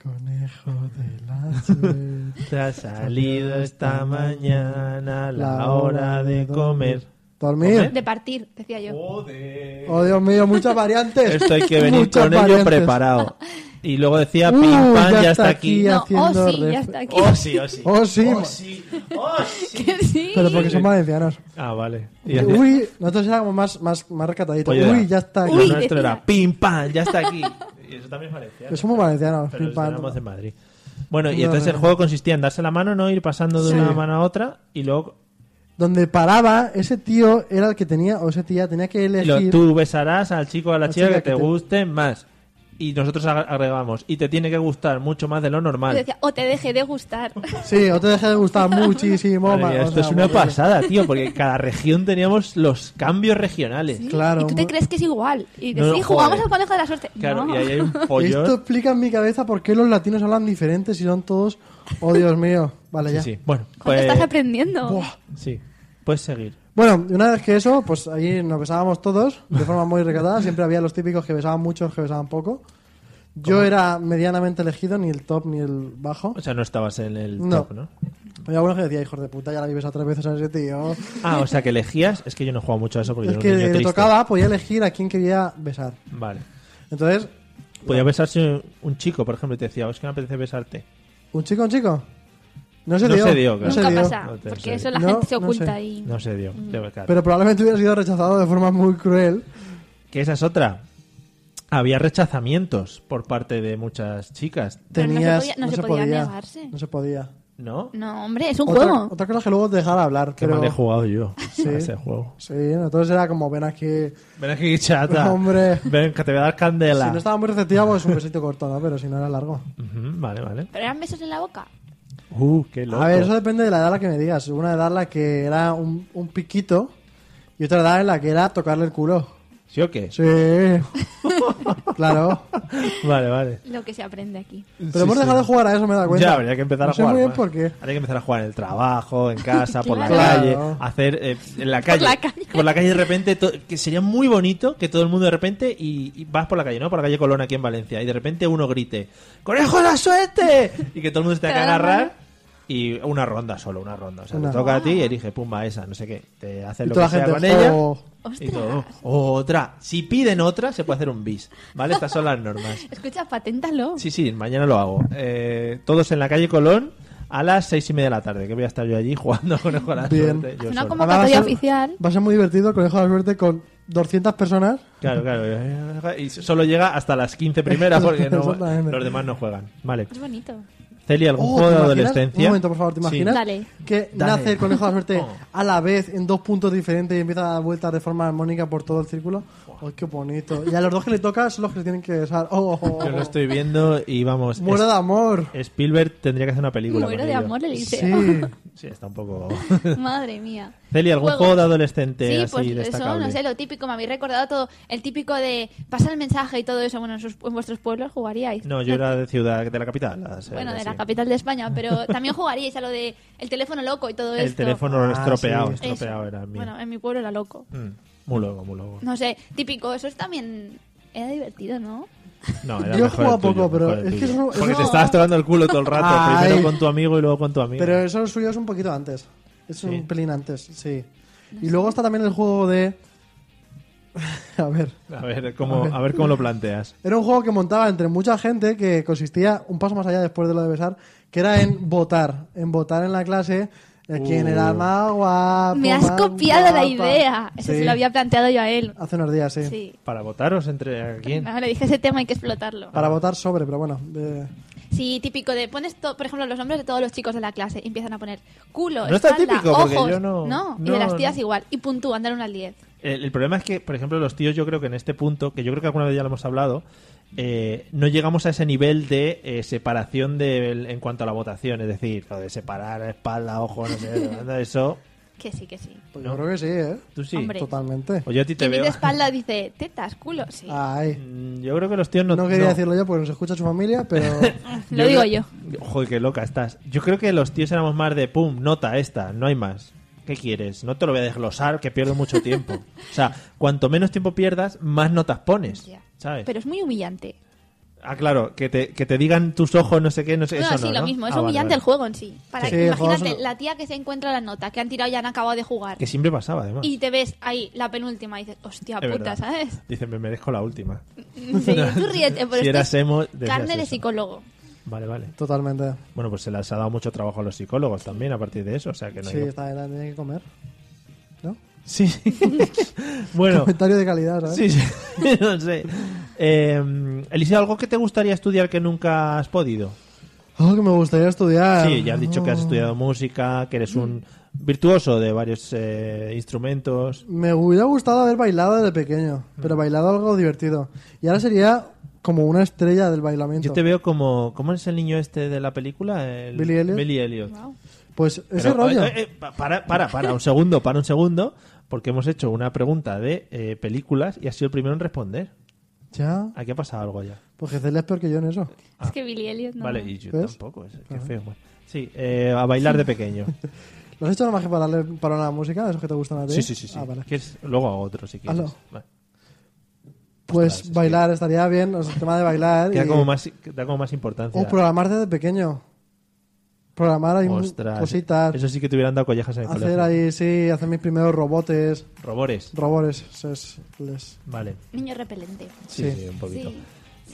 Speaker 2: conejo de la suerte.
Speaker 1: Te ha salido esta mañana la hora de comer. ¿Eh?
Speaker 2: Dormir.
Speaker 3: De partir, decía yo.
Speaker 1: Joder.
Speaker 2: Oh Dios mío, muchas variantes.
Speaker 1: Esto hay que venir
Speaker 2: Muchas
Speaker 1: con ello
Speaker 2: variantes.
Speaker 1: preparado. Y luego decía,
Speaker 2: Uy,
Speaker 1: pim pam,
Speaker 2: Uh, ya
Speaker 1: ya
Speaker 2: está
Speaker 1: está aquí.
Speaker 2: aquí.
Speaker 3: No,
Speaker 2: haciendo
Speaker 3: oh sí, ya
Speaker 2: ref-
Speaker 3: está aquí.
Speaker 1: Oh sí, oh sí.
Speaker 2: Oh sí,
Speaker 1: sí, oh sí.
Speaker 3: Que sí.
Speaker 2: pero porque son valencianos.
Speaker 1: Ah, vale. Y hacía-
Speaker 2: Uy, nosotros éramos más, más, más recataditos.
Speaker 1: Oye,
Speaker 2: Uy, ya está aquí.
Speaker 1: Lo
Speaker 3: Uy,
Speaker 1: nuestro
Speaker 3: decía.
Speaker 1: era pim pam, ya está aquí. Y eso también es valenciano.
Speaker 2: Somos valencianos.
Speaker 1: Pero
Speaker 2: Pues, pim, pam.
Speaker 1: éramos en Madrid. Bueno, y
Speaker 2: No,
Speaker 1: entonces
Speaker 2: no,
Speaker 1: el
Speaker 2: no.
Speaker 1: juego consistía en darse la mano, no ir pasando de
Speaker 2: Sí.
Speaker 1: una mano a otra y luego
Speaker 2: Donde paraba, ese tío era el que tenía, o ese tía tenía que
Speaker 1: y lo-
Speaker 2: elegir.
Speaker 1: tú besarás al chico o a la
Speaker 2: La
Speaker 1: chica,
Speaker 2: "Oh, chica
Speaker 1: que te,
Speaker 2: que te-
Speaker 1: guste más. Y nosotros ag- agregamos, y te tiene que gustar mucho más de lo
Speaker 3: Yo
Speaker 1: normal.
Speaker 3: decía, o te deje de gustar.
Speaker 2: Sí, o te dejé de gustar muchísimo.
Speaker 1: Madre
Speaker 2: ma-
Speaker 1: mía,
Speaker 2: o
Speaker 1: esto
Speaker 2: sea,
Speaker 1: es una
Speaker 2: bueno,
Speaker 1: pasada, tío, porque en cada región teníamos los cambios regionales.
Speaker 2: Claro.
Speaker 3: y tú te
Speaker 2: mu-
Speaker 3: crees que es igual. Y dices,
Speaker 1: No,
Speaker 3: sí, jugamos
Speaker 1: joder.
Speaker 3: al conejo de la suerte.
Speaker 1: Claro,
Speaker 3: no.
Speaker 1: y ahí hay un
Speaker 2: Esto
Speaker 1: pollo.
Speaker 2: explica en mi cabeza por qué los latinos hablan diferente si son todos. Oh, Dios mío. Vale,
Speaker 1: Sí,
Speaker 2: ya.
Speaker 1: sí. Bueno,
Speaker 3: Joder,
Speaker 1: pues,
Speaker 3: estás aprendiendo?
Speaker 1: sí. Puedes seguir.
Speaker 2: Bueno, y una vez que eso, pues ahí nos besábamos todos de forma muy recatada. Siempre había los típicos que besaban mucho, los que besaban poco. Yo era medianamente elegido, ni el top ni el bajo.
Speaker 1: O sea, no estabas en el
Speaker 2: No.
Speaker 1: top, ¿no?
Speaker 2: Había algunos que decía, hijos de puta, ya la habéis besado tres veces a ese tío.
Speaker 1: Ah, o sea, que elegías. Es que yo no he jugado mucho a eso porque
Speaker 2: El
Speaker 1: yo
Speaker 2: que
Speaker 1: era un niño
Speaker 2: le
Speaker 1: triste.
Speaker 2: tocaba podía elegir a quién quería besar.
Speaker 1: Vale.
Speaker 2: Entonces,
Speaker 1: Podía besarse un chico, por ejemplo, y te decía, "Oh, es que me apetece besarte.
Speaker 2: ¿un chico, un chico? No se
Speaker 1: No
Speaker 2: dio.
Speaker 1: se dio, claro.
Speaker 2: se
Speaker 3: Nunca
Speaker 2: dio.
Speaker 3: pasa,
Speaker 1: No te-
Speaker 3: porque
Speaker 1: sí.
Speaker 3: eso la
Speaker 2: No,
Speaker 3: gente se
Speaker 2: no
Speaker 3: oculta
Speaker 2: sé.
Speaker 3: y...
Speaker 1: No se dio,
Speaker 3: Mm.
Speaker 1: debe quedar.
Speaker 2: Pero probablemente hubiera sido rechazado de forma muy cruel.
Speaker 1: Que esa es otra. Había rechazamientos por parte de muchas chicas.
Speaker 3: Pero no se
Speaker 2: Tenías,
Speaker 3: podía- no se podía negarse.
Speaker 2: No se podía.
Speaker 1: ¿No?
Speaker 3: No, hombre, es un
Speaker 2: otra,
Speaker 3: juego.
Speaker 2: otra cosa es que luego te dejara hablar,
Speaker 6: Qué
Speaker 2: pero...
Speaker 6: mal he jugado yo
Speaker 2: Sí.
Speaker 6: a ese juego.
Speaker 2: Sí, entonces era como, ven aquí...
Speaker 1: Ven aquí, chata.
Speaker 2: Hombre.
Speaker 1: Ven, que te voy a dar candela.
Speaker 2: Si no estaba muy receptiva, pues un besito corto, ¿no? Pero si no era largo.
Speaker 1: Ujú, vale, vale.
Speaker 3: Pero eran besos en la boca.
Speaker 6: Uh, qué loco.
Speaker 2: A ver, eso depende de la edad a la que me digas. Hubo una edad en la que era un, un piquito y otra edad en la que era tocarle el culo.
Speaker 1: ¿Sí o qué?
Speaker 2: Sí. claro.
Speaker 1: Vale, vale.
Speaker 3: Lo que se aprende aquí.
Speaker 2: Pero hemos dejado de jugar a eso, me da cuenta.
Speaker 1: Ya habría que empezar
Speaker 2: No
Speaker 1: a
Speaker 2: sé
Speaker 1: jugar.
Speaker 2: muy bien
Speaker 1: más.
Speaker 2: por qué.
Speaker 1: Habría que empezar a jugar en el trabajo, en casa, por la
Speaker 3: Claro.
Speaker 1: calle,
Speaker 2: Claro.
Speaker 1: hacer eh, en la calle.
Speaker 3: la calle.
Speaker 1: Por la calle de repente, to- que sería muy bonito que todo el mundo de repente, y, y vas por la calle, ¿no? Por la calle Colón aquí en Valencia, y de repente uno grite, ¡Conejo, la suerte! Y que todo el mundo se tenga que
Speaker 3: Te da la
Speaker 1: agarrar.
Speaker 3: mano.
Speaker 1: Y una ronda solo, una ronda. O sea,
Speaker 2: Una.
Speaker 1: te toca a ti y elige, pumba, esa, no sé qué. Te haces
Speaker 2: Y
Speaker 1: lo
Speaker 2: toda
Speaker 1: que
Speaker 2: la
Speaker 1: sea
Speaker 2: gente.
Speaker 1: con ella.
Speaker 2: "Oh".
Speaker 1: Y todo. "Oh, Otra. Si piden otra, se puede hacer un bis. ¿Vale? Estas son las normas.
Speaker 3: Escucha, paténtalo.
Speaker 1: Sí, sí, mañana lo hago. Eh, todos en la calle Colón a las seis y media de la tarde, que voy a estar yo allí jugando con con la
Speaker 2: Bien.
Speaker 1: suerte. Yo
Speaker 3: Una
Speaker 1: solo.
Speaker 3: como-
Speaker 2: Además,
Speaker 3: Convocatoria oficial.
Speaker 2: Va a ser muy divertido el conejo de la suerte con 200 personas.
Speaker 1: Claro, claro. Y solo llega hasta las 15 primeras porque no-
Speaker 2: Exactamente.
Speaker 1: los demás no juegan. Vale.
Speaker 3: Es bonito.
Speaker 1: Celia, ¿algún
Speaker 2: Oh,
Speaker 1: juego de
Speaker 2: ¿te imaginas?
Speaker 1: adolescencia?
Speaker 2: Un momento, por favor, ¿te
Speaker 1: Sí.
Speaker 2: imaginas?
Speaker 3: Dale.
Speaker 2: Que
Speaker 1: Dale.
Speaker 2: nace el conejo de la suerte
Speaker 1: Oh.
Speaker 2: a la vez en dos puntos diferentes y empieza a dar vueltas de forma armónica por todo el círculo. ¡Ay, qué bonito! Y a los dos que le toca son los que le tienen que besar. ¡Oh, oh, oh.
Speaker 1: Yo lo estoy viendo y vamos.
Speaker 2: Muero de amor!
Speaker 1: es- Spielberg tendría que hacer una película.
Speaker 3: Muero
Speaker 1: con
Speaker 3: de
Speaker 1: ello.
Speaker 3: amor,
Speaker 2: Sí.
Speaker 3: Eliseo.
Speaker 1: Sí, está un poco.
Speaker 3: Madre mía.
Speaker 1: Celia, ¿algún juego,
Speaker 3: Juego.
Speaker 1: de adolescente
Speaker 3: Sí,
Speaker 1: así
Speaker 3: pues eso,
Speaker 1: destacable?
Speaker 3: no sé, lo típico. Me habéis recordado todo el típico de pasar el mensaje y todo eso. Bueno, en, sus- en vuestros pueblos jugaríais.
Speaker 1: No, yo era de ciudad, de la capital. así-
Speaker 3: Bueno, de la
Speaker 1: así.
Speaker 3: capital de España, pero también jugaríais a lo de el teléfono loco y todo
Speaker 1: El
Speaker 3: esto.
Speaker 1: teléfono
Speaker 2: Ah,
Speaker 1: estropeado,
Speaker 2: sí.
Speaker 3: Eso.
Speaker 1: estropeado era el mío.
Speaker 3: Bueno, en mi pueblo era loco.
Speaker 1: Mm, Muy loco, muy loco.
Speaker 3: No sé, típico, eso es también... Era divertido, ¿no?
Speaker 1: No, era
Speaker 2: Yo
Speaker 1: mejor
Speaker 2: jugaba
Speaker 1: el tuyo,
Speaker 2: poco, pero
Speaker 1: mejor el
Speaker 2: es que
Speaker 1: tuyo.
Speaker 2: eso- eso-
Speaker 1: Porque te estabas tocando el culo todo el rato.
Speaker 2: Ay.
Speaker 1: Primero con tu amigo y luego con tu amigo.
Speaker 2: Pero eso lo suyo es un poquito antes. Es
Speaker 1: Sí.
Speaker 2: un pelín antes, sí. Y luego está también el juego de... a ver.
Speaker 1: A ver cómo, a ver cómo lo planteas.
Speaker 2: Era un juego que montaba entre mucha gente que consistía un paso más allá después de lo de besar, que era en votar. En votar en la clase eh, quién era
Speaker 1: Uh.
Speaker 2: el más guapo.
Speaker 3: Me has
Speaker 2: más
Speaker 3: copiado la
Speaker 2: guapa.
Speaker 3: idea. Eso
Speaker 2: Sí.
Speaker 3: se lo había planteado yo a él.
Speaker 2: Hace unos días, sí.
Speaker 3: Sí.
Speaker 1: ¿Para votaros entre a quién?
Speaker 3: No, le dije ese tema hay que explotarlo.
Speaker 2: Para votar sobre, pero bueno. eh,
Speaker 3: Sí, típico de pones to- por ejemplo los nombres de todos los chicos de la clase y empiezan a poner culo,
Speaker 1: No está
Speaker 3: espalda,
Speaker 1: típico, porque
Speaker 3: ojos,
Speaker 1: yo no-
Speaker 3: y de
Speaker 1: no,
Speaker 3: las tías
Speaker 1: no.
Speaker 3: igual y puntúan dar un al 10.
Speaker 1: El, el problema es que, por ejemplo, los tíos, yo creo que en este punto, que yo creo que alguna vez ya lo hemos hablado, eh, no llegamos a ese nivel de eh, separación de, en cuanto a la votación. Es decir, lo de separar espalda, ojo, no sé, nada de eso.
Speaker 3: Que sí, que sí.
Speaker 2: pues yo creo que sí, ¿eh?
Speaker 1: Tú sí.
Speaker 3: Hombre.
Speaker 2: Totalmente.
Speaker 1: O Pues yo a ti te
Speaker 3: Quien
Speaker 1: veo.
Speaker 3: dice espalda dice tetas, culo, sí.
Speaker 2: Ay.
Speaker 1: Mm, Yo creo que los tíos no.
Speaker 2: No, quería
Speaker 1: no.
Speaker 2: decirlo yo porque nos escucha su familia, pero...
Speaker 3: lo digo
Speaker 1: creo-
Speaker 3: yo.
Speaker 1: Joder, qué loca estás. Yo creo que los tíos éramos más de pum, nota esta, no hay más. ¿Qué quieres? No te lo voy a desglosar, que pierdo mucho tiempo. O sea, cuanto menos tiempo pierdas, más notas pones.
Speaker 3: Ya.
Speaker 1: ¿Sabes?
Speaker 3: Pero es muy humillante.
Speaker 1: Ah, claro, que te, que te digan tus ojos, no sé qué, no sé
Speaker 3: no,
Speaker 1: eso
Speaker 3: sí,
Speaker 1: no,
Speaker 3: lo
Speaker 1: ¿no?
Speaker 3: mismo, es
Speaker 1: Ah, vale,
Speaker 3: humillante
Speaker 1: vale.
Speaker 3: el juego en sí. Para,
Speaker 2: Sí, el juego
Speaker 3: imagínate,
Speaker 2: es un-
Speaker 3: la tía que se encuentra la nota que han tirado y han acabado de jugar
Speaker 1: Que siempre pasaba, además.
Speaker 3: y te ves ahí la penúltima y dices, hostia
Speaker 1: Es
Speaker 3: puta,
Speaker 1: verdad.
Speaker 3: ¿sabes?
Speaker 1: Dicen, me merezco la última.
Speaker 3: Sí, tú ríete, pero
Speaker 1: Si
Speaker 3: esto
Speaker 1: eras
Speaker 3: es
Speaker 1: emo, decías
Speaker 3: carne de
Speaker 1: eso.
Speaker 3: psicólogo.
Speaker 1: Vale, vale.
Speaker 2: Totalmente.
Speaker 1: Bueno, pues se les ha dado mucho trabajo a los psicólogos también a partir de eso, o sea que no
Speaker 2: Sí,
Speaker 1: hay...
Speaker 2: está bien, tiene que comer. ¿No?
Speaker 1: Sí, sí. bueno,
Speaker 2: Comentario de calidad, ¿sabes?
Speaker 1: Sí, sí, no sé. Eh, Eliseo, ¿algo que te gustaría estudiar que nunca has podido?
Speaker 2: Oh, que me gustaría estudiar.
Speaker 1: Sí, ya has dicho que has estudiado
Speaker 2: Ah.
Speaker 1: música, que eres un virtuoso de varios eh, instrumentos.
Speaker 2: Me hubiera gustado haber bailado desde pequeño,
Speaker 1: Mm.
Speaker 2: pero bailado algo divertido. Y ahora sería como una estrella del bailamiento.
Speaker 1: Yo te veo como... ¿Cómo es el niño este de la película? El-
Speaker 2: Billy Elliot.
Speaker 3: Wow.
Speaker 2: Pues ese
Speaker 1: Pero,
Speaker 2: rollo.
Speaker 1: eh, eh, pa- para, para, para, un segundo, para un segundo, porque hemos hecho una pregunta de eh, películas y has sido el primero en responder.
Speaker 2: Ya,
Speaker 1: Aquí ha pasado algo ya.
Speaker 2: pues que Celia es peor que yo en eso.
Speaker 3: Es que Billy Elliot no.
Speaker 1: Ah. Vale, y yo
Speaker 2: ¿Ves?
Speaker 1: tampoco, es, qué feo. bueno. Sí, eh, a bailar de pequeño.
Speaker 2: ¿Lo has hecho nada más que para, leer- para una música? ¿Eso que te gustan a ti?
Speaker 1: Sí, sí, sí. sí.
Speaker 2: Ah, vale.
Speaker 1: ¿Quieres? Luego hago otro si quieres.
Speaker 2: Hazlo.
Speaker 1: Vale.
Speaker 2: Pues
Speaker 1: Ostras, es
Speaker 2: bailar estaría bien, o sea, el tema de bailar.
Speaker 1: Que da
Speaker 2: y-
Speaker 1: como más, que da como más importancia.
Speaker 2: O programar desde pequeño. Programar hay
Speaker 1: Ostras,
Speaker 2: cositas.
Speaker 1: Eso sí que te hubieran dado collejas en el
Speaker 2: hacer
Speaker 1: colegio.
Speaker 2: ahí, sí, hacer mis primeros robotes.
Speaker 1: Robores.
Speaker 2: Robores. eso es- les-
Speaker 1: Vale.
Speaker 3: Niño repelente.
Speaker 1: Sí,
Speaker 2: Sí.
Speaker 1: sí, un poquito.
Speaker 3: Sí.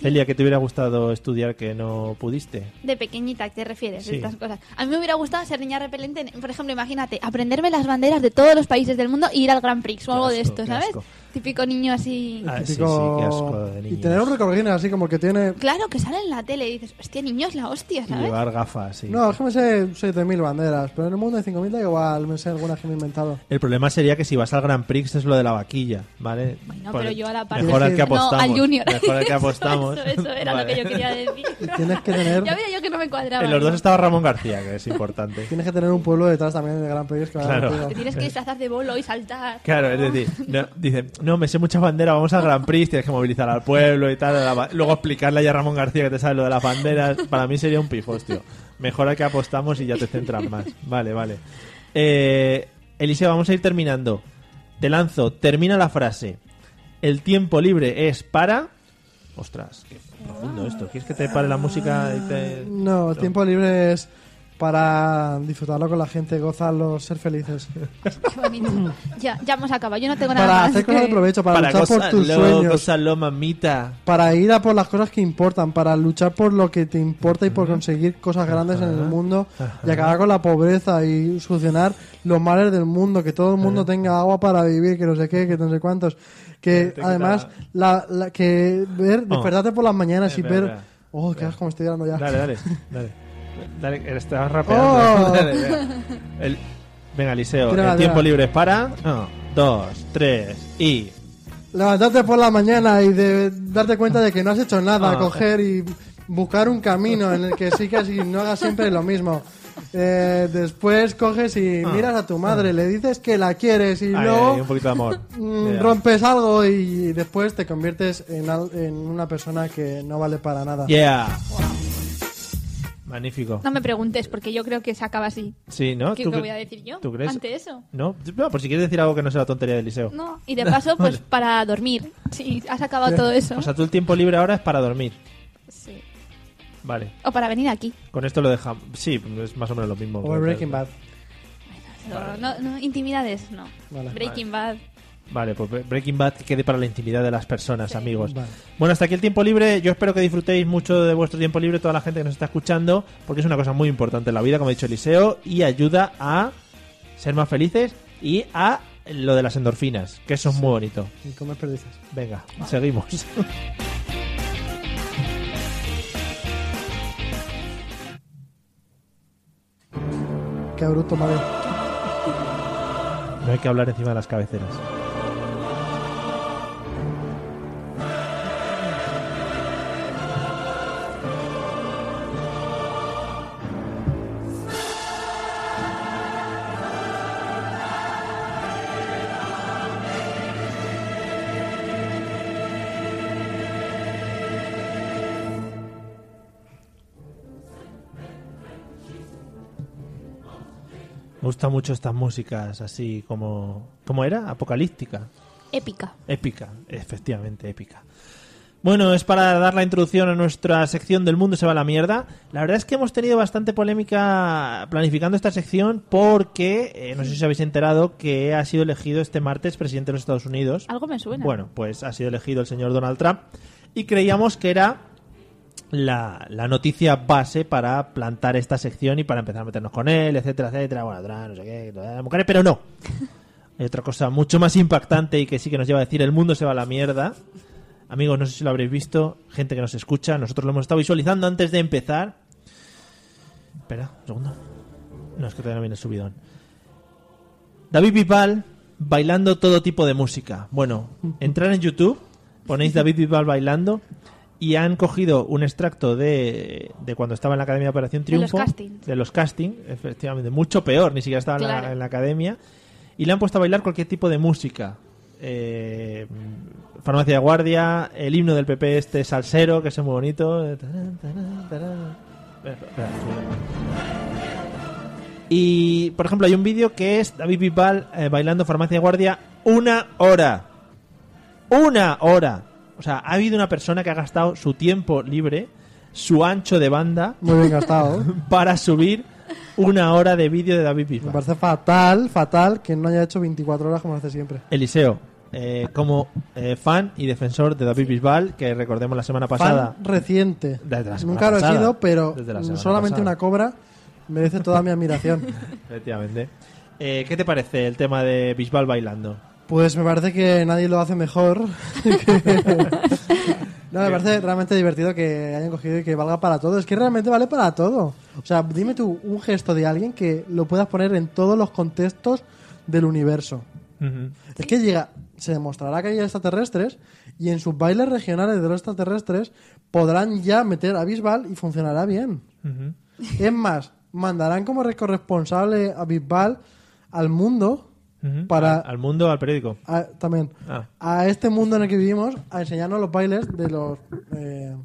Speaker 1: Celia, ¿qué te hubiera gustado estudiar que no pudiste?
Speaker 3: De pequeñita, ¿te refieres?
Speaker 1: Sí.
Speaker 3: Estas cosas. A mí me hubiera gustado ser niña repelente. en- Por ejemplo, imagínate, aprenderme las banderas de todos los países del mundo e ir al Grand Prix o algo
Speaker 1: Qué
Speaker 3: de
Speaker 1: asco,
Speaker 3: esto,
Speaker 1: qué
Speaker 3: ¿sabes?
Speaker 1: asco.
Speaker 3: Típico niño así.
Speaker 1: Ah, sí, sí, qué
Speaker 2: Típico-
Speaker 1: asco de
Speaker 2: Y
Speaker 1: niños.
Speaker 2: tener un recordines así como que tiene...
Speaker 3: Claro, que sale en la tele y dices, hostia, niño es la hostia,
Speaker 1: Y
Speaker 3: ¿sabes?
Speaker 1: llevar gafas, sí.
Speaker 2: No, es que me sé 7.000 banderas, pero en el mundo hay 5.000 da igual, me sé algunas que me he inventado.
Speaker 1: El problema sería que si vas al Grand Prix es lo de la vaquilla, ¿vale?
Speaker 3: Bueno,
Speaker 1: Por-
Speaker 3: pero yo a la parte.
Speaker 1: Mejor al que
Speaker 3: No,
Speaker 1: apostamos.
Speaker 3: al Junior.
Speaker 1: Mejor al que
Speaker 3: Eso,
Speaker 1: apostamos.
Speaker 3: Eso, eso era
Speaker 1: Vale.
Speaker 3: lo que yo quería decir.
Speaker 2: Tienes que tener-
Speaker 3: Ya veía yo que no me cuadraba.
Speaker 1: En los dos
Speaker 3: ¿no?
Speaker 1: estaba Ramón García, que es importante.
Speaker 2: Tienes que tener un pueblo detrás también de Gran Prix que va
Speaker 1: Claro.
Speaker 3: Te
Speaker 2: contigo.
Speaker 3: tienes que disfrazar de bolo y saltar.
Speaker 1: Claro, es decir, no, dicen, no, me sé mucha bandera, vamos al Grand Prix, tienes que movilizar al pueblo y tal. a la ba- luego explicarle ahí a Ramón García que te sabe lo de las banderas. Para mí sería un pifostio. Mejor a que apostamos y ya te centras más. Vale, vale. Eh, Eliseo, vamos a ir terminando. Te lanzo, termina la frase. El tiempo libre es para. Ostras, qué profundo esto. ¿Quieres que te pare la música y te.?
Speaker 2: No, el tiempo libre es para disfrutarlo con la gente, gozarlo, ser felices.
Speaker 3: Qué bonito. ya, ya hemos acabado. Yo no tengo nada
Speaker 2: Para
Speaker 3: más.
Speaker 2: hacer cosas
Speaker 3: que-
Speaker 2: de provecho, para,
Speaker 1: Para
Speaker 2: luchar por tus
Speaker 1: gozarlo,
Speaker 2: sueños,
Speaker 1: gozarlo, mamita.
Speaker 2: para ir a por las cosas que importan, para luchar por lo que te importa y por conseguir cosas grandes en el mundo y acabar con la pobreza y solucionar los males del mundo, que todo el mundo tenga agua para vivir, que no sé qué, que no sé cuántos. Que
Speaker 1: Te
Speaker 2: además,
Speaker 1: quita-
Speaker 2: la, la- que ver,
Speaker 1: Oh.
Speaker 2: despertarte por las mañanas y
Speaker 1: Espera,
Speaker 2: ver...
Speaker 1: espera.
Speaker 2: Oh, qué asco, me estoy llorando ya.
Speaker 1: Dale, dale, dale. Dale, estabas rapeando.
Speaker 2: Oh.
Speaker 1: Dale, venga. El- venga, Liceo,
Speaker 2: Tira,
Speaker 1: el
Speaker 2: tira.
Speaker 1: tiempo libre es para. Uno, dos, tres y.
Speaker 2: Levantarte por la mañana y de darte cuenta de que no has hecho nada,
Speaker 1: Ah.
Speaker 2: coger y buscar un camino en el que sigas y no hagas siempre lo mismo. Eh, después coges y miras a tu madre, le dices que la quieres y
Speaker 1: Ah. Ay,
Speaker 2: luego
Speaker 1: ay, un poquito de amor.
Speaker 2: mm,
Speaker 1: Ya.
Speaker 2: rompes algo y después te conviertes en, al- en una persona que no vale para nada.
Speaker 1: Yeah. Magnífico.
Speaker 3: No me preguntes, porque yo creo que se acaba así.
Speaker 1: Sí, ¿no?
Speaker 3: ¿Qué
Speaker 1: ¿Tú
Speaker 3: qué
Speaker 1: cre-
Speaker 3: voy a decir yo?
Speaker 1: ¿Tú crees?
Speaker 3: Ante eso.
Speaker 1: No, no, por si quieres decir algo que no sea la tontería del Liceo.
Speaker 3: No, y de paso, pues para dormir. Sí, has acabado todo eso.
Speaker 1: O sea, tú el tiempo libre ahora es para dormir.
Speaker 3: Sí.
Speaker 1: Vale,
Speaker 3: O para venir aquí.
Speaker 1: con esto lo dejamos. Sí, es más o menos lo mismo.
Speaker 2: O el Breaking Bad.
Speaker 3: No, no, no, intimidades, no.
Speaker 2: Vale.
Speaker 3: Breaking
Speaker 1: Vale, pues Bre- Breaking Bad que quede para la intimidad de las personas, amigos.
Speaker 2: Vale.
Speaker 1: Bueno, hasta aquí el tiempo libre. Yo espero que disfrutéis mucho de vuestro tiempo libre, toda la gente que nos está escuchando, porque es una cosa muy importante en la vida, como ha dicho Eliseo, y ayuda a ser más felices y a lo de las endorfinas, que eso es muy bonito.
Speaker 2: Y comes perdices.
Speaker 1: Venga, seguimos.
Speaker 2: Qué bruto, madre.
Speaker 1: No hay que hablar encima de las cabeceras. Me gustan mucho estas músicas así como... ¿Cómo era? Apocalíptica.
Speaker 3: Bad. Épica.
Speaker 1: Épica, efectivamente, épica. Bueno, es para dar la introducción a nuestra sección del mundo se va a la mierda. La verdad es que hemos tenido bastante polémica planificando esta sección porque, eh, no sé si os habéis enterado, que ha sido elegido este martes presidente de los Estados Unidos.
Speaker 3: Algo me suena.
Speaker 1: Bueno, pues ha sido elegido el señor Donald Trump y creíamos que era la, la noticia base para plantar esta sección y para empezar a meternos con él, etcétera, etcétera. Bueno, Trump, no sé qué, lo de las mujeres, pero no. Hay otra cosa mucho más impactante y que sí que nos lleva a decir el mundo se va a la mierda. Amigos, no sé si lo habréis visto, gente que nos escucha, nosotros lo hemos estado visualizando antes de empezar. Espera, un segundo. No, es que todavía no viene el subidón. David Bisbal bailando todo tipo de música. Bueno, entrar en YouTube, ponéis David Bisbal bailando y han cogido un extracto de, de cuando estaba en la Academia de Operación
Speaker 3: De los
Speaker 1: Triunfo.
Speaker 3: castings.
Speaker 1: de los castings, efectivamente. Mucho peor, ni siquiera estaba en la-
Speaker 3: Claro.
Speaker 1: en la Academia y le han puesto a bailar cualquier tipo de música. Eh, farmacia de guardia, el himno del PP este salsero, que es muy bonito. Eh, tarán, tarán, tarán. Espera, espera, espera. Y, por ejemplo, hay un vídeo que es David Bisbal eh, bailando farmacia de guardia una hora. ¡Una hora! O sea, ha habido una persona que ha gastado su tiempo libre, su ancho de banda,
Speaker 2: Muy bien gastado.
Speaker 1: para subir una hora de vídeo de David
Speaker 2: Me
Speaker 1: Bisbal.
Speaker 2: parece fatal, fatal que no haya hecho 24 horas como lo hace siempre.
Speaker 1: Eliseo, eh, como eh, fan y defensor de David Bisbal, que recordemos la semana pasada.
Speaker 2: Fan reciente.
Speaker 1: Desde la semana
Speaker 2: Nunca lo he
Speaker 1: pasada.
Speaker 2: sido, pero
Speaker 1: Desde la semana
Speaker 2: solamente
Speaker 1: pasada.
Speaker 2: una cobra merece toda mi admiración.
Speaker 1: Efectivamente. Eh, ¿Qué te parece el tema de Bisbal bailando?
Speaker 2: Pues me parece que nadie lo hace mejor. no, me parece realmente divertido que hayan cogido y que valga para todo. Es que realmente vale para todo. O sea, dime tú un gesto de alguien que lo puedas poner en todos los contextos del universo.
Speaker 1: Ujú.
Speaker 2: Es que llega, se demostrará que hay extraterrestres y en sus bailes regionales de los extraterrestres podrán ya meter a Bisbal y funcionará bien. Es más, mandarán como corresponsable a Bisbal al mundo
Speaker 1: Ujú.
Speaker 2: para
Speaker 1: Al, al mundo, al periódico.
Speaker 2: a- también
Speaker 1: Ah.
Speaker 2: a este mundo en el que vivimos a enseñarnos los bailes de los eh,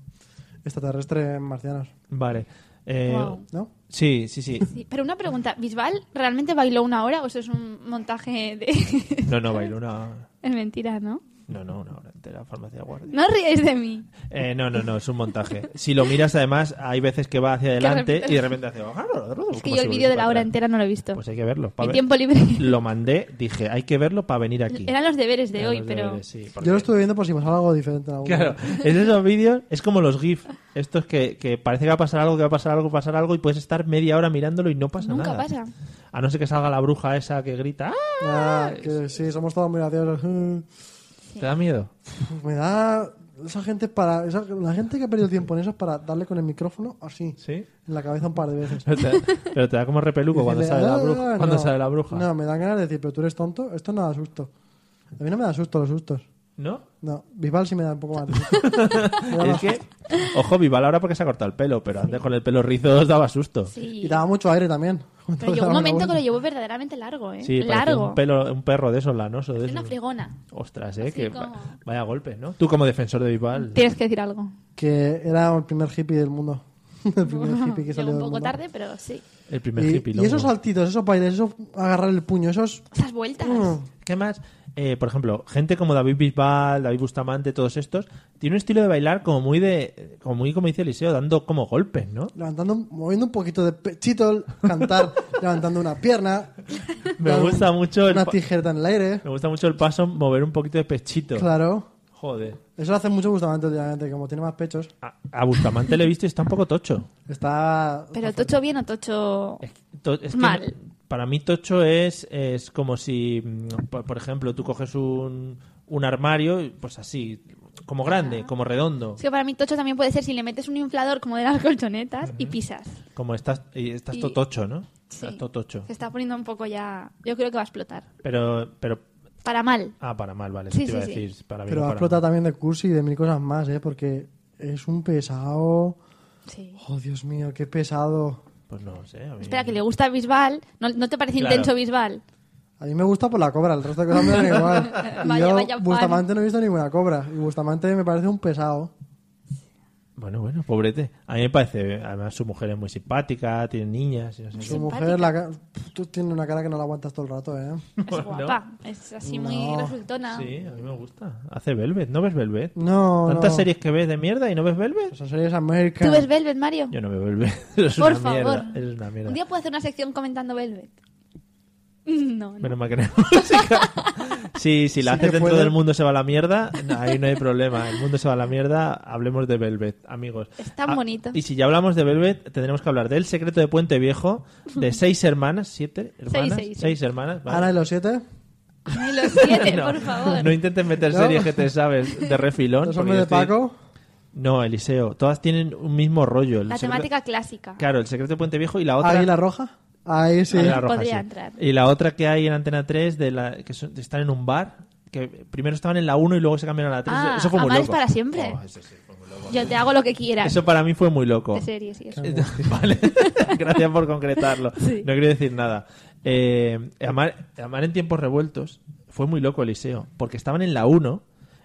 Speaker 2: extraterrestres marcianos,
Speaker 1: Vale. Eh,
Speaker 3: Guau.
Speaker 2: ¿no?
Speaker 1: Sí, sí, sí.
Speaker 3: Sí, pero una pregunta, ¿Bisbal realmente bailó una hora o eso es un montaje de...
Speaker 1: No, no, bailo una.
Speaker 3: es mentira, ¿no?
Speaker 1: No, no, una hora entera, farmacia guardia.
Speaker 3: No ríes de mí.
Speaker 1: Eh, no, no, no, es un montaje. Si lo miras, además, hay veces que va hacia adelante
Speaker 3: repente-
Speaker 1: y de repente hace. "Ah, abajo.
Speaker 3: Es que yo el vídeo de la hora entera no lo he visto.
Speaker 1: Pues hay que verlo. pa'
Speaker 3: Mi
Speaker 1: ver-
Speaker 3: tiempo libre.
Speaker 1: Lo mandé, dije, hay que verlo para venir aquí.
Speaker 3: Eran los deberes de
Speaker 1: Eran
Speaker 3: hoy,
Speaker 1: los
Speaker 3: pero...
Speaker 1: deberes, sí, porque-
Speaker 2: Yo lo estuve viendo por si pasaba algo diferente. en algún
Speaker 1: Claro,
Speaker 2: momento.
Speaker 1: es de esos vídeos, es como los GIF. Estos que, que parece que va a pasar algo, que va a pasar algo, pasar algo, y puedes estar media hora mirándolo y no pasa
Speaker 3: Nunca
Speaker 1: nada.
Speaker 3: pasa.
Speaker 1: A no ser que salga la bruja esa que grita. ¡Ah!
Speaker 2: Ah, que sí, somos todos muy graciosos.
Speaker 1: ¿Te da miedo?
Speaker 2: pues Me da esa gente para esa- la gente que ha perdido tiempo en eso es para darle con el micrófono así
Speaker 1: Sí.
Speaker 2: en la cabeza un par de veces.
Speaker 1: Pero te, pero te da como repeluco cuando
Speaker 2: Decirle,
Speaker 1: sale la
Speaker 2: "Ah,
Speaker 1: bruja.
Speaker 2: no".
Speaker 1: Cuando sale la bruja.
Speaker 2: No, me dan ganas de decir, pero tú eres tonto. Esto no da susto. A mí no me da susto los sustos.
Speaker 1: ¿No?
Speaker 2: No, Bisbal sí me da un poco más. de susto. Me da
Speaker 1: Es
Speaker 2: más
Speaker 1: que, ojo, Vival ahora porque se ha cortado el pelo, pero antes con el pelo rizo os daba susto.
Speaker 3: Sí.
Speaker 2: Y daba mucho aire también.
Speaker 3: Pero llegó un momento que lo llevó verdaderamente largo, ¿eh?
Speaker 1: Sí, parecía
Speaker 3: largo.
Speaker 1: un, pelo, un perro de esos lanoso. De
Speaker 3: Es una
Speaker 1: esos.
Speaker 3: fregona.
Speaker 1: Ostras, eh,
Speaker 3: Así
Speaker 1: que
Speaker 3: como-
Speaker 1: vaya golpes, ¿no? Tú como defensor de Vival.
Speaker 3: Tienes que decir algo.
Speaker 2: Que era el primer hippie del mundo. El primer hippie que
Speaker 3: Llegó
Speaker 2: salió
Speaker 3: un
Speaker 2: del
Speaker 3: poco
Speaker 2: mundo.
Speaker 3: tarde, pero sí.
Speaker 1: El primer hippie
Speaker 2: Y, y esos
Speaker 1: loco.
Speaker 2: saltitos, esos bailes, esos agarrar el puño, esos...
Speaker 3: Esas vueltas.
Speaker 2: Mm.
Speaker 1: ¿Qué más? Eh, por ejemplo, gente como David Bisbal, David Bustamante, todos estos, tiene un estilo de bailar como muy de, como muy como dice Eliseo, dando como golpes, ¿no?
Speaker 2: Levantando, un- moviendo un poquito de pechito, cantar, levantando una pierna.
Speaker 1: Me
Speaker 2: dar un-
Speaker 1: gusta mucho el
Speaker 2: Una
Speaker 1: pa-
Speaker 2: tijereta en el aire.
Speaker 1: Me gusta mucho el paso, mover un poquito de pechito.
Speaker 2: Claro.
Speaker 1: Joder.
Speaker 2: Eso lo hace mucho Bustamante últimamente, como tiene más pechos.
Speaker 1: A, a Bustamante le he visto y está un poco tocho.
Speaker 2: Está...
Speaker 3: Pero tocho bien o tocho...
Speaker 1: Es que to- es que
Speaker 3: Mal.
Speaker 1: no- para mí tocho es, es como si, mm, por, por ejemplo, tú coges un, un armario, y, pues así, como grande, como redondo.
Speaker 3: Es que para mí tocho también puede ser si le metes un inflador como de las colchonetas y pisas.
Speaker 1: Como estás, y estás
Speaker 3: Y-
Speaker 1: totocho, ¿no? Estás
Speaker 3: Sí.
Speaker 1: totocho.
Speaker 3: Se está poniendo un poco ya... Yo creo que va a explotar.
Speaker 1: Pero, pero
Speaker 3: Para mal.
Speaker 1: Ah, para mal, vale.
Speaker 3: Sí,
Speaker 1: eso te iba
Speaker 3: sí,
Speaker 1: a
Speaker 3: sí.
Speaker 1: decir. Para bien o
Speaker 2: Pero va a
Speaker 1: para
Speaker 2: explotar
Speaker 1: mal.
Speaker 2: también de cursi y de mil cosas más, ¿eh? Porque es un pesado...
Speaker 3: Sí.
Speaker 2: Oh, Dios mío, qué pesado.
Speaker 1: Pues no sé. a mí-
Speaker 3: Espera, que le gusta a Bisbal. ¿No, no te parece
Speaker 1: Claro.
Speaker 3: intenso Bisbal?
Speaker 2: A mí me gusta por la cobra, el resto de cosas me dan igual. Y
Speaker 3: Vaya,
Speaker 2: yo,
Speaker 3: vaya fan.
Speaker 2: Bustamante no he visto ninguna cobra. Y Bustamante me parece un pesado.
Speaker 1: Bueno, bueno, pobrete. A mí me parece. Además, su mujer es muy simpática, tiene niñas. y no sé
Speaker 2: Su
Speaker 1: qué.
Speaker 2: mujer la ca- Pff, tú tiene una cara que no la aguantas todo el rato, ¿eh?
Speaker 3: Es guapa. Es así muy
Speaker 2: No.
Speaker 3: resultona.
Speaker 1: Sí, a mí me gusta. Hace Velvet. ¿No ves Velvet?
Speaker 2: No,
Speaker 1: ¿Tantas
Speaker 2: no.
Speaker 1: series que ves de mierda y no ves Velvet?
Speaker 2: Son series American.
Speaker 3: ¿Tú ves Velvet, Mario?
Speaker 1: Yo no veo Velvet. Eso es
Speaker 3: Por
Speaker 1: una
Speaker 3: favor.
Speaker 1: mierda. Eso es una mierda.
Speaker 3: Un día puedo hacer una sección comentando Velvet. No, no.
Speaker 1: Menos mal que no hay música. Sí, si la
Speaker 2: Sí que
Speaker 1: haces dentro
Speaker 2: puede.
Speaker 1: del mundo se va a la mierda, no, ahí no hay problema. El mundo se va a la mierda, hablemos de Velvet, amigos. Ah,
Speaker 3: Es tan bonito.
Speaker 1: Y si ya hablamos de Velvet, tendremos que hablar del secreto de Puente Viejo, de seis hermanas, siete hermanas,
Speaker 3: seis, seis.
Speaker 1: hermanas. vale.
Speaker 2: Ana y los siete.
Speaker 3: Ay, los siete,
Speaker 1: No,
Speaker 3: por favor.
Speaker 1: no intentes meter
Speaker 2: No.
Speaker 1: series que te sabes de refilón.
Speaker 2: Los
Speaker 1: porque
Speaker 2: hombres de
Speaker 1: yo estoy-
Speaker 2: Paco.
Speaker 1: No, Eliseo, todas tienen un mismo rollo. El
Speaker 3: La
Speaker 1: secreto-
Speaker 3: temática clásica.
Speaker 1: Claro, el secreto de Puente Viejo y la otra... Ah,
Speaker 2: Águila Roja. Ahí sí.
Speaker 1: Águila Roja,
Speaker 3: Podría
Speaker 1: sí.
Speaker 3: entrar.
Speaker 1: Y la otra que hay en Antena 3, de la, que son- están en un bar, que primero estaban en la 1 y luego se cambiaron a la 3.
Speaker 3: Ah,
Speaker 1: eso fue muy
Speaker 3: Amar es
Speaker 1: loco.
Speaker 3: para siempre.
Speaker 1: Oh, eso, sí, fue muy loco.
Speaker 3: Yo te hago lo que quieras.
Speaker 1: Eso para mí fue muy loco.
Speaker 3: de series y eso.
Speaker 1: vale, gracias por concretarlo. No quiero decir nada. Eh, Amar, Amar en tiempos revueltos fue muy loco, Eliseo, porque estaban en la 1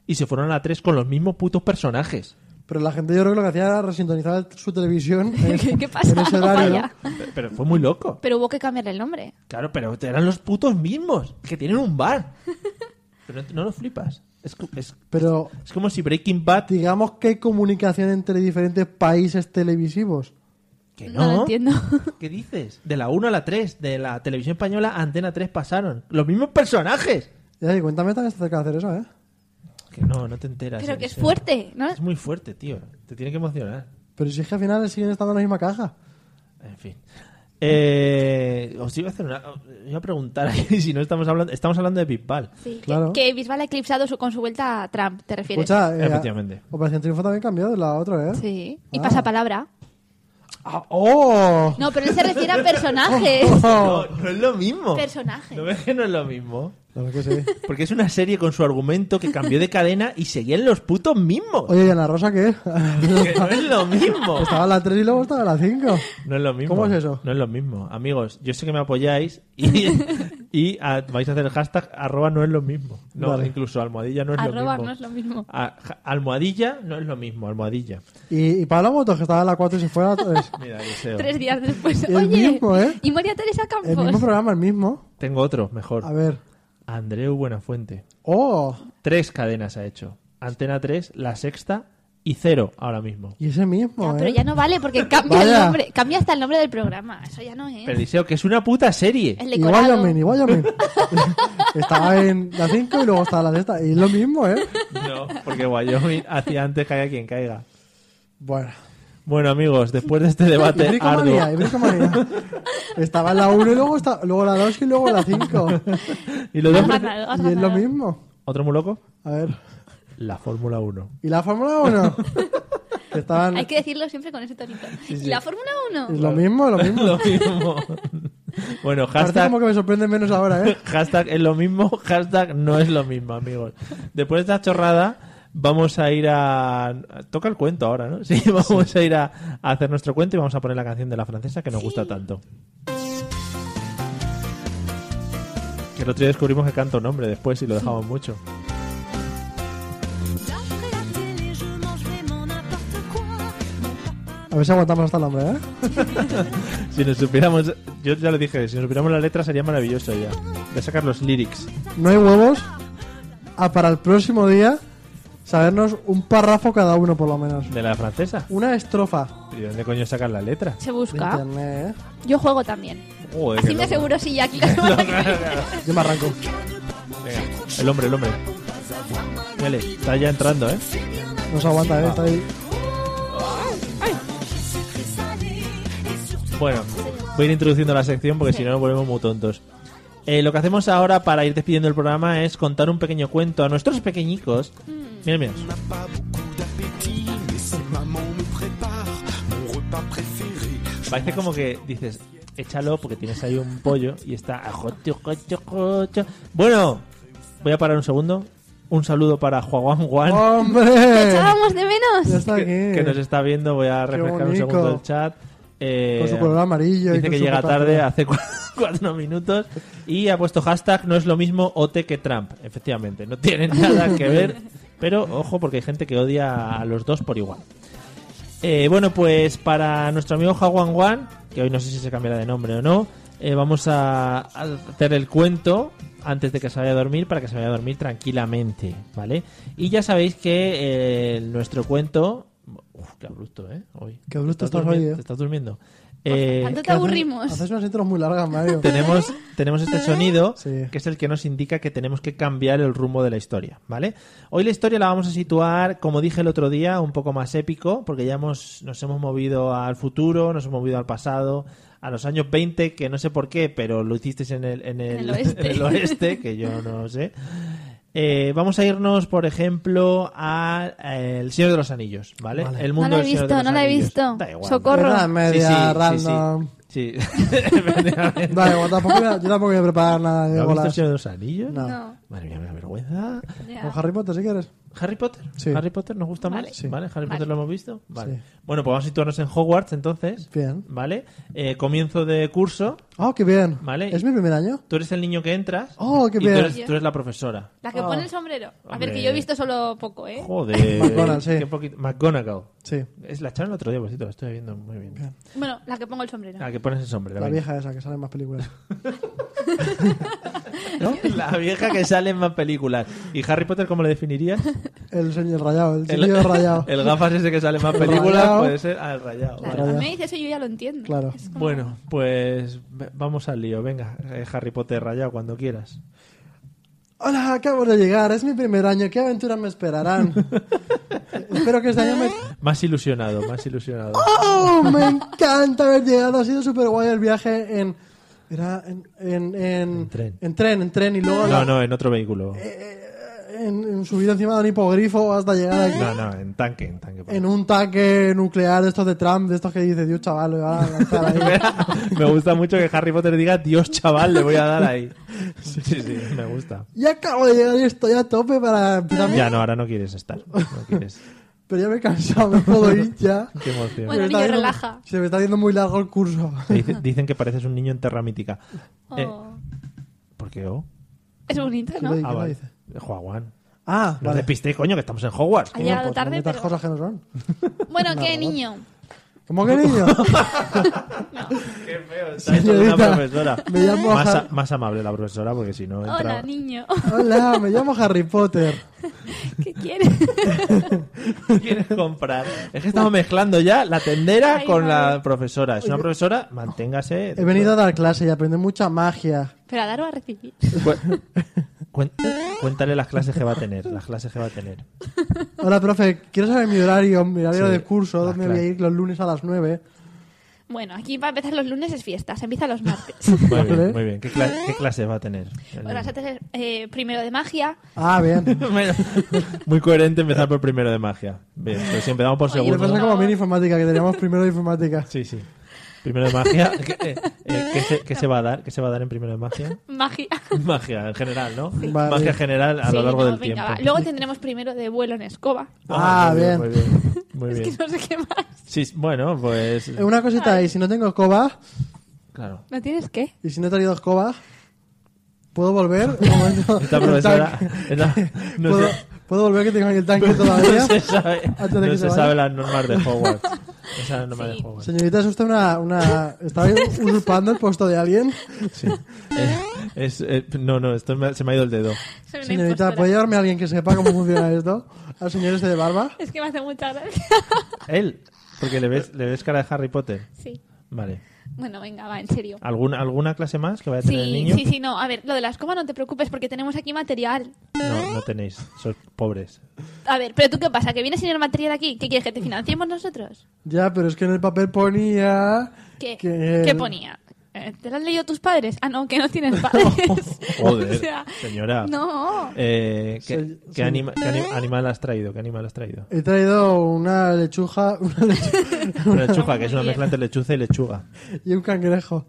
Speaker 1: y se fueron a la 3 con los mismos putos personajes.
Speaker 2: Pero la gente yo creo que lo que hacía era resintonizar el- su televisión. en-
Speaker 3: ¿Qué- qué pasa?
Speaker 2: En ese
Speaker 3: No,
Speaker 2: horario.
Speaker 3: vaya.
Speaker 1: Pero- Pero fue muy loco.
Speaker 3: Pero hubo que cambiarle el nombre.
Speaker 1: Claro, pero eran los putos mismos, que tienen un bar. Pero no, no lo flipas. Es, co- es-
Speaker 2: Pero
Speaker 1: es como si Breaking Bad...
Speaker 2: digamos que hay comunicación entre diferentes países televisivos.
Speaker 1: Que
Speaker 3: No
Speaker 1: no.
Speaker 3: lo entiendo.
Speaker 1: ¿Qué dices? De la 1 a la 3, de la televisión española a Antena 3 pasaron. Los mismos personajes.
Speaker 2: Ya, y cuéntame también está cerca de hacer eso, ¿eh?
Speaker 1: Que no, no te enteras.
Speaker 3: Pero
Speaker 1: en
Speaker 3: que es
Speaker 1: serio.
Speaker 3: fuerte, ¿no?
Speaker 1: Es muy fuerte, tío. Te tiene que emocionar.
Speaker 2: Pero si es que al final siguen estando en la misma caja.
Speaker 1: En fin. Eh, os iba a hacer una, os iba a preguntar ahí si no estamos hablando, estamos hablando de Pitbull.
Speaker 3: Sí, que-
Speaker 2: Claro.
Speaker 3: que, Bisbal ha eclipsado su, con su vuelta a Trump, ¿te refieres?
Speaker 2: Escucha, eh,
Speaker 1: Efectivamente.
Speaker 2: Operación Triunfo también cambió de la otra, ¿eh?
Speaker 3: Sí. Y
Speaker 2: Ah.
Speaker 3: pasapalabra.
Speaker 2: Ah, ¡Oh!
Speaker 3: No, pero él se refiere a personajes.
Speaker 1: No, no es lo mismo.
Speaker 3: Personajes.
Speaker 1: No ves que no es lo mismo.
Speaker 2: La verdad que sí.
Speaker 1: Porque es una serie con su argumento que cambió de cadena y seguían los putos mismos.
Speaker 2: Oye, ¿y Ana Rosa qué?
Speaker 1: Que no es lo mismo.
Speaker 2: estaba la 3 y luego estaba la 5.
Speaker 1: No es lo mismo.
Speaker 2: ¿Cómo es eso?
Speaker 1: No es lo mismo. Amigos, yo sé que me apoyáis y, y a- vais a hacer el hashtag arroba no es lo mismo. No,
Speaker 2: Vale.
Speaker 1: incluso almohadilla no es lo
Speaker 3: Arroba
Speaker 1: mismo.
Speaker 3: no es lo mismo.
Speaker 1: A- ja- almohadilla no es lo mismo, almohadilla.
Speaker 2: Y, y Pablo Motos, que estaba en la 4 y se fue a la 3.
Speaker 1: Mira, Eliseo.
Speaker 3: Tres días después.
Speaker 2: El
Speaker 3: Oye,
Speaker 2: mismo, ¿eh?
Speaker 3: y María Teresa
Speaker 2: El mismo
Speaker 3: Campos.
Speaker 2: programa, el mismo.
Speaker 1: Tengo otro, mejor.
Speaker 2: A ver.
Speaker 1: Andreu Buenafuente.
Speaker 2: ¡Oh!
Speaker 1: Tres cadenas ha hecho. Antena 3, La Sexta y Cero ahora mismo.
Speaker 2: Y ese mismo,
Speaker 3: Ya,
Speaker 2: ¿eh?
Speaker 3: Ah, pero ya no vale porque cambia el
Speaker 2: Vaya.
Speaker 3: nombre, cambia hasta el nombre del programa. Eso ya no es.
Speaker 1: Pero Eliseo, que es una puta serie.
Speaker 3: el
Speaker 2: Y
Speaker 3: decorado.
Speaker 2: Wyoming, y Wyoming. estaba en la 5 y luego estaba la sexta. Y lo mismo, ¿eh?
Speaker 1: No, porque Wyoming hacía antes caiga quien caiga.
Speaker 2: Bueno.
Speaker 1: Bueno, amigos, después de este
Speaker 2: Y
Speaker 1: debate arduo.
Speaker 2: Bricomanía, y Bricomanía. Estaba en la 1 y luego, está, luego la 2 y luego la 5. ¿eh?
Speaker 1: Y los dos-
Speaker 3: Has ganado, has
Speaker 2: Y es lo
Speaker 3: ganado.
Speaker 2: mismo.
Speaker 1: ¿Otro muy loco?
Speaker 2: A ver.
Speaker 1: La Fórmula 1.
Speaker 2: ¿Y la Fórmula 1? que estaban...
Speaker 3: Hay que decirlo siempre con ese tonito. ¿Y la Fórmula 1?
Speaker 2: Es lo mismo, lo mismo.
Speaker 1: lo mismo. bueno,
Speaker 2: Parece
Speaker 1: hashtag,
Speaker 2: como que me sorprende menos ahora, ¿eh?
Speaker 1: hashtag es lo mismo, hashtag no es lo mismo, amigos. Después de esta chorrada, vamos a ir a... Toca el cuento ahora, ¿no? Sí, vamos a ir a, a hacer nuestro cuento y vamos a poner la canción de la francesa que nos gusta tanto. Que el otro día descubrimos que canta un hombre después y lo dejamos mucho.
Speaker 2: A ver si aguantamos hasta el hombre, ¿eh?
Speaker 1: Si nos supiéramos... Yo ya lo dije, si nos supiéramos la letra sería maravilloso ya. Voy a sacar los lyrics.
Speaker 2: No hay huevos a para el próximo día sabernos un párrafo cada uno, por lo menos.
Speaker 1: De la francesa.
Speaker 2: Una estrofa
Speaker 1: ¿Y de dónde coño sacan la letra?
Speaker 3: Se
Speaker 2: de
Speaker 3: busca.
Speaker 2: internet, ¿eh?
Speaker 3: Yo juego también.
Speaker 1: Joder, qué
Speaker 3: Así me
Speaker 1: loco.
Speaker 3: aseguro si ya aquí la semana que viene.
Speaker 2: Yo me arranco.
Speaker 1: Venga, el hombre, el hombre. Dale, está ya entrando, ¿eh?
Speaker 2: No se aguanta, ¿eh? Está ahí.
Speaker 1: Bueno, voy a ir introduciendo la sección porque si no nos volvemos muy tontos. Eh, lo que hacemos ahora para ir despidiendo el programa es contar un pequeño cuento a nuestros pequeñicos. Mira, mira. Parece como que dices, échalo porque tienes ahí un pollo y está... ajocho, ajocho, ajocho. Bueno, voy a parar un segundo. Un saludo para Juan Juan.
Speaker 3: ¿Te
Speaker 2: ¡Hombre!
Speaker 3: echábamos de
Speaker 2: Ya
Speaker 3: menos?
Speaker 2: está aquí.
Speaker 1: que, que nos está viendo. Voy a refrescar un
Speaker 2: bonito.
Speaker 1: segundo el chat. Eh,
Speaker 2: Con su color amarillo y
Speaker 1: Dice
Speaker 2: con
Speaker 1: que
Speaker 2: su
Speaker 1: llega
Speaker 2: puta
Speaker 1: tarde,
Speaker 2: cara.
Speaker 1: hace cu- cuatro minutos. Y ha puesto hashtag no es lo mismo OT que Trump. Efectivamente, no tiene nada que ver. Pero ojo, porque hay gente que odia a los dos por igual. Eh, bueno, pues para nuestro amigo Jaguan Wan, que hoy no sé si se cambiará de nombre o no, eh, vamos a, a hacer el cuento antes de que se vaya a dormir para que se vaya a dormir tranquilamente, ¿vale? Y ya sabéis que eh, nuestro cuento... Uf, qué abrupto, ¿eh? Hoy.
Speaker 2: Qué abrupto
Speaker 1: ¿Te
Speaker 2: estás
Speaker 1: durmi-
Speaker 2: hoy, ¿eh?
Speaker 1: Te estás durmiendo. Eh,
Speaker 3: Tanto te
Speaker 2: Haces-
Speaker 3: aburrimos.
Speaker 2: Haces unas intros muy largas, Mario.
Speaker 1: tenemos, tenemos este sonido
Speaker 2: Sí.
Speaker 1: que es el que nos indica que tenemos que cambiar el rumbo de la historia, ¿vale? Hoy la historia la vamos a situar, como dije el otro día, un poco más épico, porque ya hemos, nos hemos movido al futuro, nos hemos movido al pasado, a los años 20, que no sé por qué, pero lo hicisteis en el, en el,
Speaker 3: el oeste.
Speaker 1: en el oeste, que yo no sé. Eh, vamos a irnos, por ejemplo, a eh, El Señor de los Anillos, ¿vale?
Speaker 2: Vale.
Speaker 1: El
Speaker 3: No
Speaker 1: mundo
Speaker 3: la he
Speaker 1: del Señor de
Speaker 3: visto,
Speaker 1: los
Speaker 3: no la he
Speaker 1: Anillos.
Speaker 3: visto.
Speaker 1: Da igual.
Speaker 3: Socorro.
Speaker 2: Era
Speaker 1: Sí,
Speaker 2: media
Speaker 1: sí,
Speaker 2: random.
Speaker 1: Sí, sí. sí. Efectivamente.
Speaker 2: Da igual, tampoco, yo tampoco voy a preparar nada
Speaker 1: ¿No
Speaker 2: de
Speaker 1: has visto el
Speaker 2: bolas.
Speaker 1: Señor de los Anillos?
Speaker 2: No.
Speaker 3: No.
Speaker 1: Madre mía, me da vergüenza.
Speaker 3: Ya.
Speaker 2: Con Harry Potter, si quieres.
Speaker 1: ¿Harry Potter?
Speaker 2: Sí.
Speaker 1: ¿Harry Potter nos gusta
Speaker 3: Vale.
Speaker 1: más?
Speaker 2: Sí.
Speaker 1: ¿Vale? ¿Harry Potter lo hemos visto? Vale.
Speaker 2: Sí.
Speaker 1: Bueno, pues vamos a situarnos en Hogwarts entonces.
Speaker 2: Bien.
Speaker 1: ¿Vale? Eh, comienzo de curso.
Speaker 2: Oh, qué bien.
Speaker 1: Vale.
Speaker 2: ¿Es mi primer año?
Speaker 1: Tú eres el niño que entras.
Speaker 2: Oh, qué
Speaker 1: y tú
Speaker 2: bien.
Speaker 1: eres, tú eres la profesora.
Speaker 3: La que pone el sombrero. A ver,
Speaker 1: Hombre.
Speaker 3: que yo he visto solo poco, ¿eh?
Speaker 1: Joder.
Speaker 2: McGonagall, sí.
Speaker 1: Qué poquito- McGonagall.
Speaker 2: Sí.
Speaker 1: Es la echaron el otro día, por cierto, la estoy viendo muy bien.
Speaker 2: Bien.
Speaker 3: Bueno, la que pongo el sombrero.
Speaker 1: La que pones el sombrero.
Speaker 2: La
Speaker 1: venga.
Speaker 2: vieja esa, que sale en más películas.
Speaker 1: La vieja que sale en más películas. ¿Y Harry Potter cómo le definirías?
Speaker 2: El señor rayado, el señor rayado.
Speaker 1: el gafas ese que sale en más
Speaker 2: El
Speaker 1: películas
Speaker 2: rayado.
Speaker 1: puede ser al rayado.
Speaker 3: Claro,
Speaker 1: vale.
Speaker 3: a mí me dice eso y yo ya lo entiendo.
Speaker 2: Claro.
Speaker 3: Es como-
Speaker 1: Bueno, pues ve- vamos al lío. Venga, eh, Harry Potter rayado cuando quieras.
Speaker 2: Hola, acabo de llegar, es mi primer año, ¿qué aventuras me esperarán? Espero que este año me,
Speaker 1: Más ilusionado, más ilusionado.
Speaker 2: ¡Oh! Me encanta haber llegado. Ha sido súper guay el viaje en. Era en. En, en-
Speaker 1: En tren.
Speaker 2: En tren, en tren. Y luego
Speaker 1: No, no, en otro vehículo.
Speaker 2: Eh, En, en subir encima de un hipogrifo hasta llegar aquí.
Speaker 1: No, no, en tanque, en tanque.
Speaker 2: eh. En un tanque nuclear de estos de Trump, de estos que dice, Dios chaval, me van a lanzar ahí.
Speaker 1: me gusta mucho que Harry Potter diga, Dios chaval, le voy a dar ahí. Sí, sí, sí, me gusta.
Speaker 2: Ya acabo de llegar y estoy a tope para empezar. mi-
Speaker 1: Ya no, ahora no quieres estar. No quieres.
Speaker 2: Pero ya me he cansado, me puedo ir ya.
Speaker 1: Qué emoción.
Speaker 3: Bueno,
Speaker 2: Se me está
Speaker 3: niño,
Speaker 2: haciendo-
Speaker 3: relaja.
Speaker 2: Se me está haciendo muy largo el curso.
Speaker 1: Te dice- dicen que pareces un niño en Terra Mítica. Eh,
Speaker 3: Oh.
Speaker 1: ¿Por qué? Oh?
Speaker 3: Es bonito,
Speaker 2: ¿Qué
Speaker 3: ¿no?
Speaker 2: le-
Speaker 1: Ah,
Speaker 2: lo
Speaker 1: vale.
Speaker 2: dice?
Speaker 1: Juan Juan.
Speaker 2: Ah,
Speaker 1: No
Speaker 2: vale.
Speaker 1: te pistéis, coño, que estamos en Hogwarts.
Speaker 3: Ha llegado
Speaker 2: Pues,
Speaker 3: tarde,
Speaker 2: tantas
Speaker 3: pero...
Speaker 2: cosas que no son.
Speaker 3: Bueno, ¿qué niño?
Speaker 2: ¿Cómo que niño?
Speaker 1: Qué feo, está hecho de una
Speaker 2: Señorita,
Speaker 1: profesora.
Speaker 2: me llamo
Speaker 1: más, a-
Speaker 2: Ja-
Speaker 1: más amable la profesora, porque si no entra...
Speaker 3: Hola, niño.
Speaker 2: Hola, me llamo Harry Potter.
Speaker 3: ¿Qué quieres?
Speaker 1: quieres comprar. Es que estamos mezclando ya la tendera
Speaker 3: Ay,
Speaker 1: con
Speaker 3: madre.
Speaker 1: la profesora. Es una profesora, manténgase.
Speaker 2: He venido a dar clase y aprender mucha magia.
Speaker 3: Pero a dar o a recibir.
Speaker 1: Cu- cuen- Cuéntale las clases que va a tener. Las clases que va a tener.
Speaker 2: Hola, profe, quiero saber mi horario, mi horario
Speaker 1: Sí,
Speaker 2: de curso.
Speaker 1: las
Speaker 2: Me voy a
Speaker 1: clases.
Speaker 2: ir los lunes a las 9.
Speaker 3: Bueno, aquí va a empezar los lunes es fiesta, se empieza los martes.
Speaker 1: Muy
Speaker 2: Vale.
Speaker 1: bien, muy bien. ¿Qué, cla- qué clases va a tener?
Speaker 3: Bueno, vas a tener eh, primero de magia.
Speaker 2: Ah, bien. Me
Speaker 1: Bueno, Muy coherente empezar por primero de magia. Bien, pues si empezamos por
Speaker 3: Oye,
Speaker 1: segundo.
Speaker 2: pasa como a mí en informática, que teníamos primero de informática.
Speaker 1: Sí, sí. Primero de magia. ¿Qué, eh, eh, ¿qué se, qué se va a dar? ¿Qué se va a dar en primero de magia?
Speaker 3: Magia.
Speaker 1: Magia en general, ¿no?
Speaker 2: Vale.
Speaker 1: Magia general a lo
Speaker 3: Sí,
Speaker 1: largo
Speaker 3: no,
Speaker 1: del
Speaker 3: venga, va.
Speaker 1: tiempo.
Speaker 3: Luego tendremos primero de vuelo en escoba.
Speaker 2: Ah,
Speaker 1: muy
Speaker 2: bien.
Speaker 1: Muy bien. Muy
Speaker 3: Es
Speaker 1: bien.
Speaker 3: que no sé qué más.
Speaker 1: Sí, bueno, pues.
Speaker 2: Eh, Una cosita, y si no tengo escobas,
Speaker 1: Claro.
Speaker 3: ¿No tienes qué?
Speaker 2: y si no he traído escobas, ¿puedo volver? Un momento.
Speaker 1: Esta
Speaker 2: El
Speaker 1: profesora.
Speaker 2: tanque.
Speaker 1: esta- no
Speaker 2: ¿Puedo,
Speaker 1: se,
Speaker 2: ¿Puedo volver que tengo ahí el tanque todavía?
Speaker 1: no se sabe,
Speaker 2: Antes de
Speaker 1: no
Speaker 2: que
Speaker 1: se
Speaker 2: se
Speaker 1: sabe
Speaker 2: vaya.
Speaker 1: las normas de Hogwarts. No sabe las normas de Hogwarts.
Speaker 2: Señorita, ¿es usted una, una... ¿Está usurpando el puesto de alguien?
Speaker 1: Eh, es, eh, no, no, esto me- se me ha ido el dedo.
Speaker 3: Soy una
Speaker 2: Señorita,
Speaker 3: impostora.
Speaker 2: ¿puede llevarme a alguien que sepa cómo funciona esto? ¿Al señor este de barba?
Speaker 3: Es que me hace mucha gracia.
Speaker 1: Él, porque le ves, le ves cara de Harry Potter.
Speaker 3: Sí.
Speaker 1: Vale.
Speaker 3: Bueno, venga, va, en serio.
Speaker 1: ¿Alguna, alguna clase más que vaya a tener el
Speaker 3: Sí,
Speaker 1: niño?
Speaker 3: sí, sí, no. A ver, lo de la escoba no te preocupes porque tenemos aquí material.
Speaker 1: No, no tenéis. Sois pobres.
Speaker 3: A ver, pero tú qué pasa, que vienes sin el material aquí. ¿Qué quieres que te financiemos nosotros?
Speaker 2: Ya, pero es que en el papel ponía...
Speaker 3: ¿Qué,
Speaker 2: que-
Speaker 3: ¿qué ponía? Eh, ¿Te lo han leído tus padres? Ah, no, que no tienen padres.
Speaker 1: Joder,
Speaker 3: O sea,
Speaker 1: señora.
Speaker 3: No.
Speaker 1: Eh, ¿qué,
Speaker 2: Se-
Speaker 1: qué
Speaker 2: se-
Speaker 1: anima- qué ani- animal has traído? ¿Qué animal has traído?
Speaker 2: He traído una lechuja una lechu-
Speaker 1: Una lechuga, que
Speaker 3: Muy
Speaker 1: es una
Speaker 3: bien.
Speaker 1: mezcla entre lechuza y lechuga.
Speaker 2: y un cangrejo.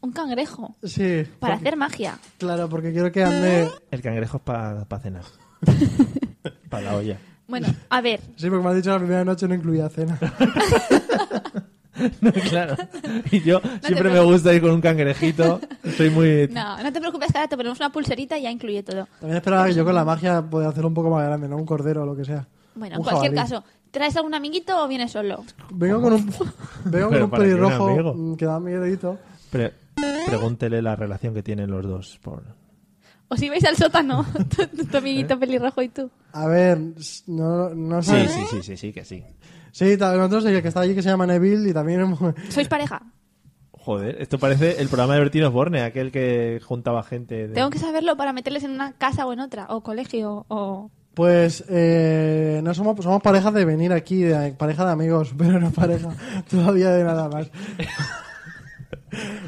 Speaker 3: Un cangrejo.
Speaker 2: Sí.
Speaker 3: Para ¿Eh?
Speaker 2: porque-
Speaker 3: hacer magia.
Speaker 2: Claro, porque quiero que ande...
Speaker 1: El cangrejo es para cenar. para la olla.
Speaker 3: Bueno, a ver.
Speaker 2: Sí, porque me han dicho la primera noche no incluía cena.
Speaker 1: No, claro. Y yo siempre me
Speaker 3: preocupes.
Speaker 1: gusta ir con un cangrejito. Soy muy.
Speaker 3: No, no te preocupes, que ahora te ponemos una pulserita y ya incluye todo.
Speaker 2: También esperaba que yo con la magia podía hacerlo un poco más grande, ¿no? Un cordero o lo que sea.
Speaker 3: Bueno, en
Speaker 2: Un
Speaker 3: cualquier
Speaker 2: jabalí.
Speaker 3: caso, ¿traes algún amiguito o vienes solo?
Speaker 2: Vengo con un, vengo con
Speaker 1: Pero
Speaker 2: un
Speaker 1: para qué un
Speaker 2: pelirrojo
Speaker 1: amigo.
Speaker 2: mm, que da miedito.
Speaker 1: Pre- pregúntele la relación que tienen los dos. Por...
Speaker 3: O si vais al sótano, tu, tu- tu
Speaker 1: ¿Eh?
Speaker 3: amiguito pelirrojo y tú.
Speaker 2: A ver, s- no, no
Speaker 1: Sí,
Speaker 2: sé.
Speaker 1: sí, sí, sí, sí, que sí.
Speaker 2: Sí, tal- nosotros el que está allí que se llama Neville y también hemos-
Speaker 3: ¿Sois pareja?
Speaker 1: Joder, esto parece el programa de Bertín Osborne, aquel que juntaba gente. De...
Speaker 3: Tengo que saberlo para meterles en una casa o en otra, o colegio, o...
Speaker 2: Pues eh, no somos, somos pareja de venir aquí, de, pareja de amigos, pero no pareja todavía de nada más.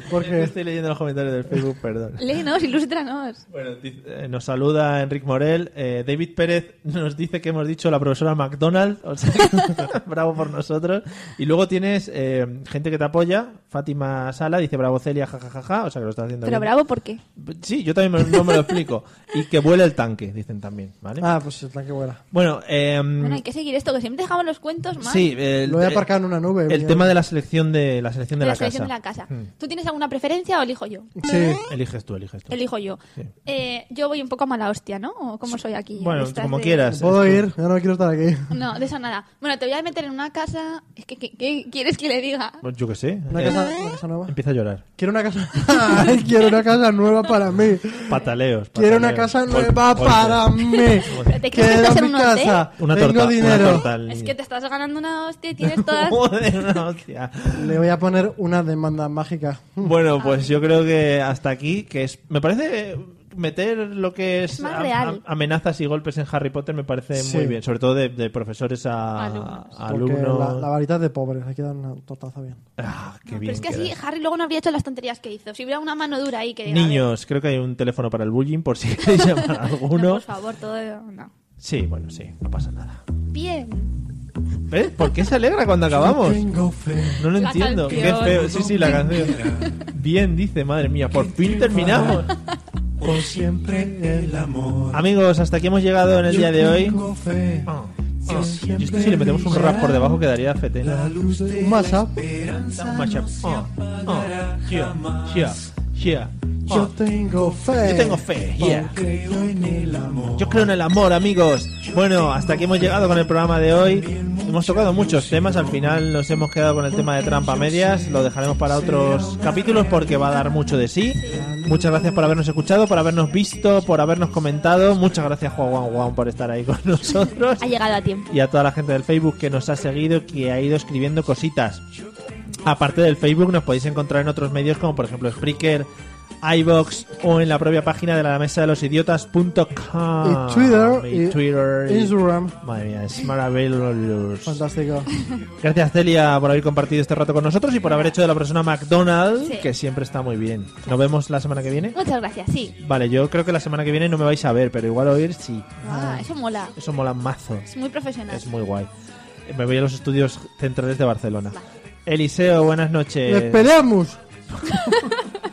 Speaker 2: Porque
Speaker 1: Estoy leyendo los comentarios del Facebook, perdón.
Speaker 3: Léenos, ilústranos.
Speaker 1: Bueno, dice- eh, nos saluda Enric Morel. eh, David Pérez nos dice que hemos dicho la profesora McDonald. o sea que- bravo por nosotros. Y luego tienes eh, gente que te apoya. Fátima Sala dice bravo Celia, jajajaja. O sea que Mm. lo estás haciendo
Speaker 3: Pero
Speaker 1: bien.
Speaker 3: bravo, ¿por qué?
Speaker 1: Sí, yo también me- no me lo explico. Y que vuela el tanque, dicen también. ¿vale?
Speaker 2: ah, pues está que buena.
Speaker 1: Bueno, eh,
Speaker 3: Bueno, hay que seguir esto, que siempre dejamos los cuentos más
Speaker 1: sí, el,
Speaker 2: Lo voy a aparcar en una nube.
Speaker 1: el
Speaker 2: mira.
Speaker 1: tema de la selección de la selección
Speaker 3: de
Speaker 1: de
Speaker 3: la
Speaker 1: la,
Speaker 3: selección de la
Speaker 1: casa. Hmm. Mm.
Speaker 3: casa. ¿Tú tienes alguna preferencia o elijo yo?
Speaker 2: Sí.
Speaker 1: Eliges tú, eliges tú.
Speaker 3: Elijo yo.
Speaker 1: Sí.
Speaker 3: Eh, yo voy un poco a mala hostia, ¿no? ¿O cómo soy aquí?
Speaker 1: Bueno,
Speaker 3: Estas
Speaker 1: como
Speaker 3: de-
Speaker 1: quieras.
Speaker 2: Puedo
Speaker 1: Es tu-
Speaker 2: ir, ya no quiero estar aquí.
Speaker 3: No, de eso nada. Bueno, te voy a meter en una casa... Es que, ¿qué, qué quieres que le diga?
Speaker 1: Yo qué sé.
Speaker 2: Una
Speaker 1: eh,
Speaker 2: casa, una casa nueva.
Speaker 1: Empieza a llorar.
Speaker 2: Quiero una casa. Ay, quiero una casa nueva para mí.
Speaker 1: Pataleos.
Speaker 2: Quiero
Speaker 1: pataleos.
Speaker 2: una casa
Speaker 1: Golpe,
Speaker 2: nueva
Speaker 1: golpe.
Speaker 2: para mí.
Speaker 3: Pero te crees que
Speaker 2: Quiero
Speaker 3: estás en
Speaker 2: mi
Speaker 3: un hotel.
Speaker 2: casa.
Speaker 1: Una
Speaker 2: Tengo
Speaker 1: torta.
Speaker 2: dinero.
Speaker 1: Una torta al
Speaker 3: Es
Speaker 1: niño.
Speaker 3: que te estás ganando una hostia y tienes todas...
Speaker 1: Joder, una hostia.
Speaker 2: Le voy a poner una demanda mágica.
Speaker 3: Ah.
Speaker 1: Bueno, pues yo creo que hasta aquí, que es, me parece eh, meter lo que es
Speaker 3: Más
Speaker 1: a-
Speaker 3: real.
Speaker 1: a- amenazas y golpes en Harry Potter me parece
Speaker 2: Sí.
Speaker 1: muy bien, sobre todo de, de profesores a
Speaker 3: Alumnos.
Speaker 1: a
Speaker 2: Porque
Speaker 1: alumnos.
Speaker 2: La, la varita es de pobre, aquí dan una tortaza bien.
Speaker 1: Ah, qué bien
Speaker 3: Pero es que
Speaker 1: queda
Speaker 3: así
Speaker 1: eso.
Speaker 3: Harry luego no habría hecho las tonterías que hizo. Si hubiera una mano dura ahí que... diga, a ver,
Speaker 1: Niños, creo que hay un teléfono para el bullying por si queréis llamar a
Speaker 3: no,
Speaker 1: alguno.
Speaker 3: por favor, todo... No.
Speaker 1: Sí, bueno, sí, no pasa nada.
Speaker 3: Bien.
Speaker 1: ¿Ves? ¿Por qué se alegra cuando acabamos?
Speaker 2: Tengo fe.
Speaker 1: No lo
Speaker 3: La
Speaker 1: entiendo.
Speaker 3: canción.
Speaker 1: Qué feo. Sí, sí, la canción. Bien, dice, madre mía, por fin terminamos.
Speaker 2: Por siempre el amor.
Speaker 1: Amigos, hasta aquí hemos llegado en el día de hoy.
Speaker 2: fe.
Speaker 1: Ah, ah, Yo es que si le metemos un rap por debajo quedaría fete.
Speaker 2: Un WhatsApp.
Speaker 1: Un mashup. Ah, ah, yeah, yeah, yeah.
Speaker 2: Yo
Speaker 1: Ah,
Speaker 2: tengo fe.
Speaker 1: Yo tengo fe. yeah. Yo creo en el amor, amigos. Bueno, hasta aquí hemos llegado con el programa de hoy. Hemos tocado muchos temas. Al final nos hemos quedado con el tema de trampa medias. Lo dejaremos para otros capítulos porque va a dar mucho de sí. Muchas gracias por habernos escuchado, por habernos visto, por habernos comentado. Muchas gracias, Juan Juan Juan, por estar ahí con nosotros
Speaker 3: Ha llegado a tiempo.
Speaker 1: y a toda la gente del Facebook que nos ha seguido, que ha ido escribiendo cositas. Aparte del Facebook, nos podéis encontrar en otros medios como por ejemplo Spreaker, iBox o en la propia página de la mesa de los idiotas.com.
Speaker 2: Y Twitter.
Speaker 1: Y Ah, Twitter. y-
Speaker 2: Instagram.
Speaker 1: Madre mía, es maravilloso.
Speaker 2: Fantástico.
Speaker 1: Gracias Celia por haber compartido este rato con nosotros y por haber hecho de la persona McDonald's,
Speaker 3: Sí.
Speaker 1: que siempre está muy bien. Nos vemos la semana que viene.
Speaker 3: Muchas gracias, sí.
Speaker 1: Vale, yo creo que la semana que viene no me vais a ver, pero igual a oír sí.
Speaker 3: Ah, eso mola.
Speaker 1: Eso mola mazo.
Speaker 3: Es muy profesional.
Speaker 1: Es muy guay. Eh, Me voy a los estudios centrales de Barcelona. Eliseo, buenas noches.
Speaker 2: ¡Les peleamos!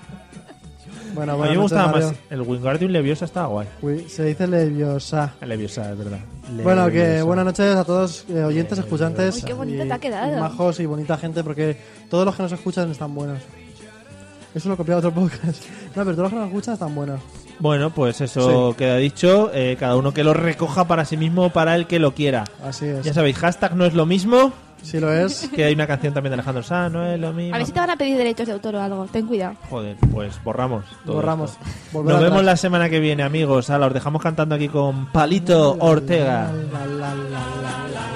Speaker 2: bueno,
Speaker 1: a
Speaker 2: buenas
Speaker 1: mí me
Speaker 2: noches,
Speaker 1: gustaba
Speaker 2: Mario.
Speaker 1: más. El Wingardium Leviosa estaba guay.
Speaker 2: Uy, se dice leviosa.
Speaker 1: El Leviosa, es verdad.
Speaker 2: Bueno, que
Speaker 1: Leviosa.
Speaker 2: buenas noches a todos eh, oyentes, escuchantes.
Speaker 3: Uy, qué bonito
Speaker 2: y-
Speaker 3: te ha quedado.
Speaker 2: y majos y bonita gente, porque todos los que nos escuchan están buenos. Eso lo copié a otro podcast. No, pero todos los que nos escuchan están buenos.
Speaker 1: Bueno, pues eso queda dicho. Eh, cada uno que lo recoja para sí mismo, para el que lo quiera.
Speaker 2: Así es.
Speaker 1: Ya sabéis, hashtag no es lo mismo.
Speaker 2: Si lo es,
Speaker 1: Que hay una canción también de Alejandro Sanz, no es lo mismo.
Speaker 3: A ver si te van a pedir derechos de autor o algo. Ten cuidado.
Speaker 1: Joder, pues borramos. todo
Speaker 2: borramos.
Speaker 1: esto.
Speaker 2: Volver
Speaker 1: Nos
Speaker 2: atrás.
Speaker 1: vemos la semana que viene, amigos. Ahora os dejamos cantando aquí con Palito Ortega.
Speaker 2: La, la, la, la, la.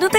Speaker 7: ¿No te